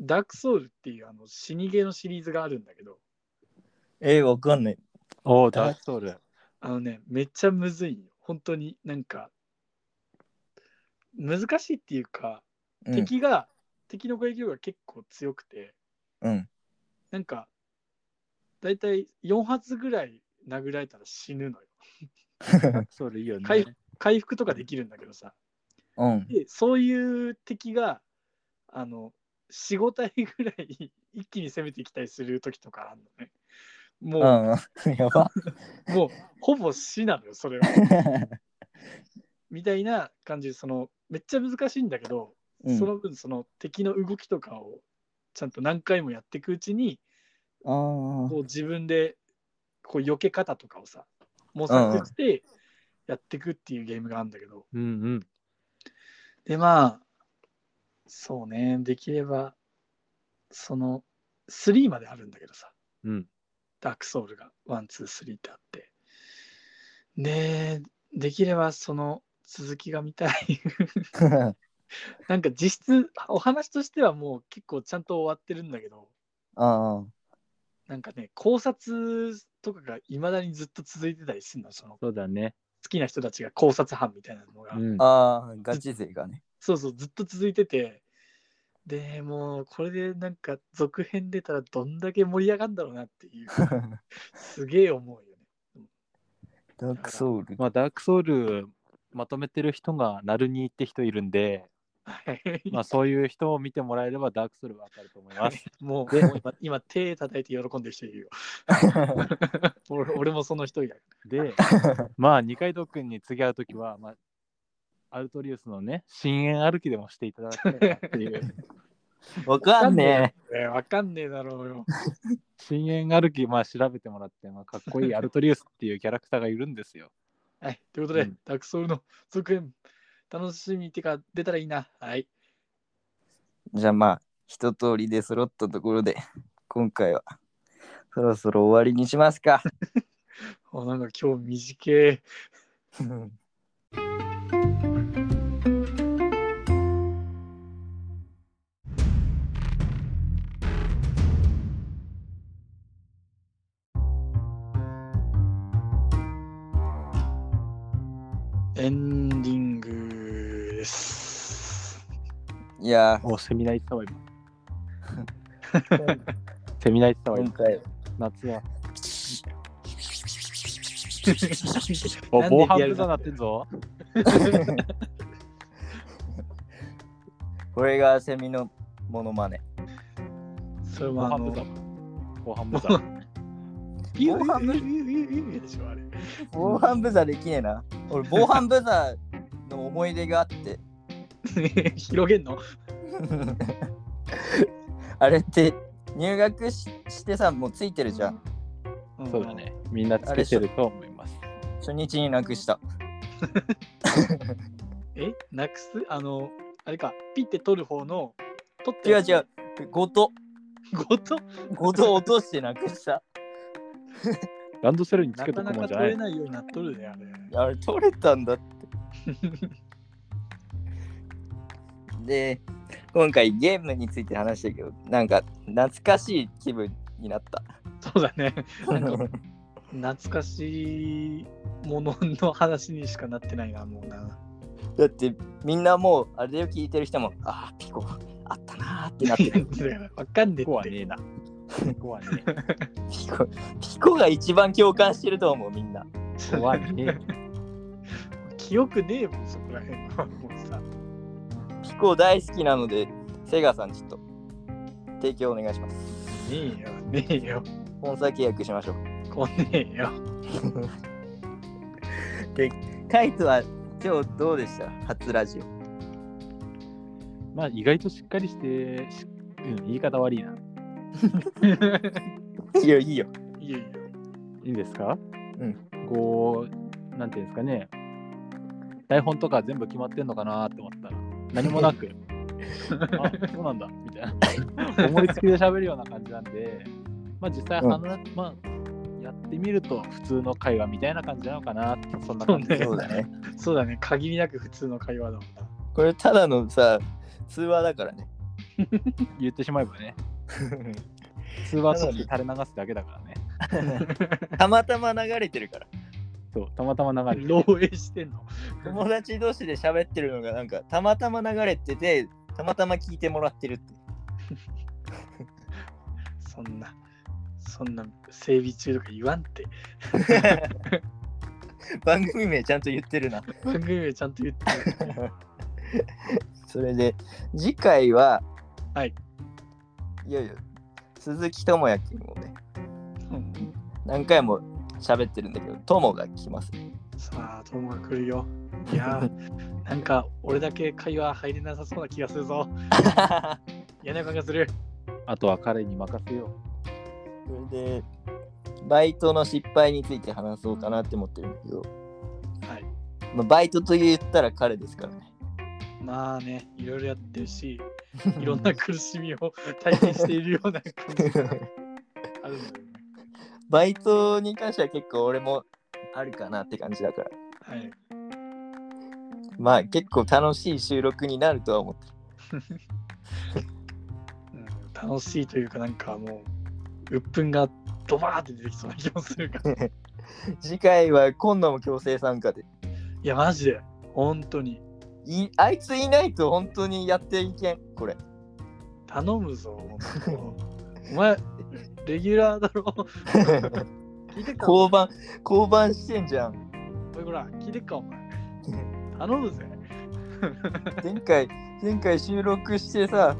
[SPEAKER 1] ダークソウルっていうあの死にゲーのシリーズがあるんだけど、
[SPEAKER 3] えー、わかんない。
[SPEAKER 2] おー、ダークソウル。
[SPEAKER 1] あのね、めっちゃむずいよ。本当になんか、難しいっていうか、
[SPEAKER 3] うん。
[SPEAKER 1] 敵が、敵の攻撃力が結構強くて、
[SPEAKER 3] うん、
[SPEAKER 1] なんか、だいたい4発ぐらい殴られたら死ぬのよ。
[SPEAKER 2] ダークソウルいいよね。
[SPEAKER 1] 回回復とかできるんだけどさ。
[SPEAKER 3] うん。
[SPEAKER 1] で、そういう敵が、あの、4、5体ぐらい 一気に攻めてきたりする時とかあるのね。
[SPEAKER 3] うん。
[SPEAKER 1] も
[SPEAKER 3] や ば。
[SPEAKER 1] う、もう、ほぼ死なのよ、それは。 みたいな感じで、その、めっちゃ難しいんだけど、
[SPEAKER 3] うん
[SPEAKER 1] その分、その敵の動きとかをちゃんと何回もやっていくうちに、
[SPEAKER 3] ああ。
[SPEAKER 1] こう自分でこう避け方とかをさ、模索してやっていくっていうゲームがあるんだけど、
[SPEAKER 2] うんうん。
[SPEAKER 1] でまあそうねできればその3まであるんだけどさ
[SPEAKER 2] うん。
[SPEAKER 1] ダークソウルが123ってあってでできればその続きが見たい なんか実質お話としてはもう結構ちゃんと終わってるんだけど
[SPEAKER 3] ああ。
[SPEAKER 1] なんかね考察とかがいまだにずっと続いてたりするのその好
[SPEAKER 2] そうだね。
[SPEAKER 1] きな人たちが考察班みたいなのが、
[SPEAKER 2] うん。
[SPEAKER 3] ああ、ガチ勢が ね。
[SPEAKER 1] そうそう、ずっと続いてて、でもう、これでなんか続編出たらどんだけ盛り上がるんだろうなっていう、すげえ思うよね。
[SPEAKER 3] ダークソウル。
[SPEAKER 2] まあ、ダークソウルまとめてる人がナルニーって人いるんで、
[SPEAKER 1] はい
[SPEAKER 2] まあ、そういう人を見てもらえればダークソウルわかると思います。
[SPEAKER 1] もう、もう今、今手叩いて喜んでる人いるよ。 俺俺もその一人だよ。
[SPEAKER 2] で、まあ、二階堂君に次会うときは、まあ、アルトリウスのね、深淵歩きでもしていただきたいなっていう。
[SPEAKER 3] わかんね
[SPEAKER 1] えーわかんねえだろうよ。
[SPEAKER 2] 深淵歩き、まあ、調べてもらって、まあ、かっこいいアルトリウスっていうキャラクターがいるんですよ。
[SPEAKER 1] はい、ということで、
[SPEAKER 2] うん
[SPEAKER 1] ダークソウルの続編、楽しみってか、出たらいいな。はい。
[SPEAKER 3] え。じゃあまあ、一通りで揃ったところで、今回は、そろそろ終わりにしますか。
[SPEAKER 1] おなんか今日短い。エンディングです。
[SPEAKER 3] いや
[SPEAKER 2] おセミナー行ったわ、今。セミナー行った
[SPEAKER 3] ー、
[SPEAKER 2] わ、
[SPEAKER 3] 今
[SPEAKER 2] 今。
[SPEAKER 3] 回は。
[SPEAKER 2] 夏は。お
[SPEAKER 1] お
[SPEAKER 2] 防犯ブザーなってんぞ。
[SPEAKER 3] これがセミのモノマネ。
[SPEAKER 1] それ
[SPEAKER 2] 防
[SPEAKER 1] もあ
[SPEAKER 2] 犯
[SPEAKER 1] の
[SPEAKER 2] ブザ、ー。防犯ブザー。
[SPEAKER 1] ビュービュービュービュービュービュービューでしょ、あれ。
[SPEAKER 3] 防犯ブザーできねえな。俺、防犯ブザーの思い出があ って、
[SPEAKER 1] 広げんの
[SPEAKER 3] あれって入学ししてさ、もうついてるじゃん。
[SPEAKER 2] そうだ。ね。みんなつけてると思います。
[SPEAKER 3] 初日になくした。
[SPEAKER 1] えなくすあの、あれか、ピッて取る方の、取って
[SPEAKER 3] 違う違う。。ごと、
[SPEAKER 1] ごと、
[SPEAKER 3] ごと落としてなくした。
[SPEAKER 2] ランドセルにつ
[SPEAKER 1] な
[SPEAKER 2] け
[SPEAKER 1] か
[SPEAKER 2] とく
[SPEAKER 1] な
[SPEAKER 2] も
[SPEAKER 1] か
[SPEAKER 2] んじゃな
[SPEAKER 1] 取れ
[SPEAKER 2] い。
[SPEAKER 1] ないようになっとるね、あれ。
[SPEAKER 3] あれ、取れたんだって。で、今回ゲームについて話したけど、なんか懐かしい気分にな った。
[SPEAKER 1] そうだね。なんか、懐かしいものの話にしかなってないな、もうな。
[SPEAKER 3] だってみんなもうあれを聞いてる人もああピコあったなーってなって る
[SPEAKER 1] だからわかんねえ
[SPEAKER 2] ここは
[SPEAKER 1] っ
[SPEAKER 2] ね
[SPEAKER 1] て。
[SPEAKER 2] えな。こはね
[SPEAKER 3] ピコピコが一番共感してると思うみんな
[SPEAKER 2] え。こはね
[SPEAKER 1] 記憶ねえもん、そこらへんは。もうさ。
[SPEAKER 3] ピコ大好きなのでセガさんちょっと提供お願いします
[SPEAKER 1] ねえよ、ねえよ、
[SPEAKER 3] スポンサー契約しましょう
[SPEAKER 1] こんねえよ。
[SPEAKER 3] カイトは今日どうでした初ラジオ
[SPEAKER 2] え。まあ意外としっかりして、しうん、言い方悪いな。
[SPEAKER 3] いいよいいよ
[SPEAKER 1] いやいや。
[SPEAKER 2] いいですか
[SPEAKER 3] うん。
[SPEAKER 2] こう、なんていうんですかね。台本とか全部決まってんのかなって思ったら、何もな く。あ、そうなんだ、みたいな。思いつきで喋るような感じなんで、まあ実際、
[SPEAKER 3] うん
[SPEAKER 2] 話まあ、やってみると普通の会話みたいな感じなのかなって、そんな感じです
[SPEAKER 3] そうだね
[SPEAKER 1] そうだね、限りなく普通の会話だもんな。
[SPEAKER 3] これただのさ通話だから ね
[SPEAKER 2] 言ってしまえばね。通話として垂れ流すだけだからね。
[SPEAKER 3] たまたま流れてるから
[SPEAKER 2] そう、たまたま流れて
[SPEAKER 1] 漏洩してんの。
[SPEAKER 3] 友達同士で喋ってるのがなんかたまたま流れててたまたま聞いてもらってるって
[SPEAKER 1] そんな、そんな整備中とか言わんって。
[SPEAKER 3] 番組名ちゃんと言ってる な。
[SPEAKER 1] 番組名ちゃんと言ってる。
[SPEAKER 3] それで次回は、
[SPEAKER 1] はい、
[SPEAKER 3] いよいよ鈴木智也君もね
[SPEAKER 1] うん
[SPEAKER 3] 何回も喋ってるんだけど友が来 ますね。
[SPEAKER 1] さあ、友が来るよ。いやー、なんか俺だけ会話入れなさそうな気がするぞ。嫌な予感がする。
[SPEAKER 2] あとは彼に任せよ
[SPEAKER 3] それで、バイトの失敗について話そうかなって思ってるんだけど、
[SPEAKER 1] はい。
[SPEAKER 3] まあ、バイトと言ったら彼ですからね。
[SPEAKER 1] まあね、いろいろやってるし、いろんな苦しみを 体験しているような感じがあるんだよね。
[SPEAKER 3] バイトに関しては結構俺もあるかなって感じだから。
[SPEAKER 1] はい。
[SPEAKER 3] まあ結構楽しい収録になるとは思ってる。
[SPEAKER 1] うん、楽しいというか、なんかもう、鬱憤がドバーって出てきそうな気もするから。
[SPEAKER 3] 次回は今度も強制参加で。
[SPEAKER 1] いや、マジで、本当に、
[SPEAKER 3] いあいついないと本当にやっていけん、これ。
[SPEAKER 1] 頼むぞ、本当お前、レギュラーだろ。聞いてっか、
[SPEAKER 3] 交番、交番してんじゃん。
[SPEAKER 1] おいこら、聞いてっか、お前。頼むぜ。
[SPEAKER 3] 前回、前回収録してさ、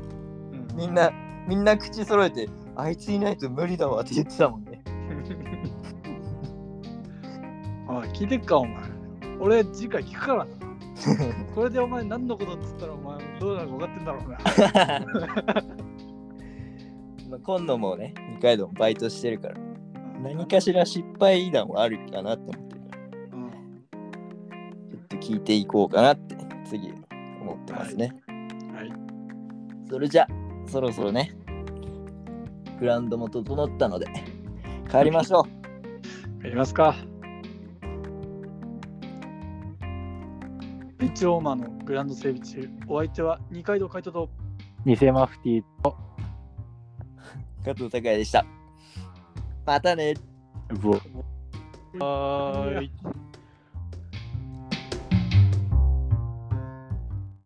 [SPEAKER 1] うん
[SPEAKER 3] みんな、みんな口揃えて、あいついないと無理だわって言ってたもんね。
[SPEAKER 1] おい聞いてっかお前俺次回聞くからなこれでお前何のことっつったらお前どうなるか分かってんだろうな
[SPEAKER 3] まあ今度もね、二階堂もバイトしてるから、何かしら失敗談はあるかなって思ってるから、
[SPEAKER 1] うん
[SPEAKER 3] ちょっと聞いていこうかなって、次、思ってますね。
[SPEAKER 1] はい
[SPEAKER 3] それじゃ、そろそろね、グラウンドも整ったので、帰りましょう。
[SPEAKER 1] やりますかベンチオーマーのグラウンド整備中お相手は二階堂海斗と
[SPEAKER 2] う。偽マフティー
[SPEAKER 3] 加藤隆也でした。またね
[SPEAKER 2] ブロ
[SPEAKER 1] はーい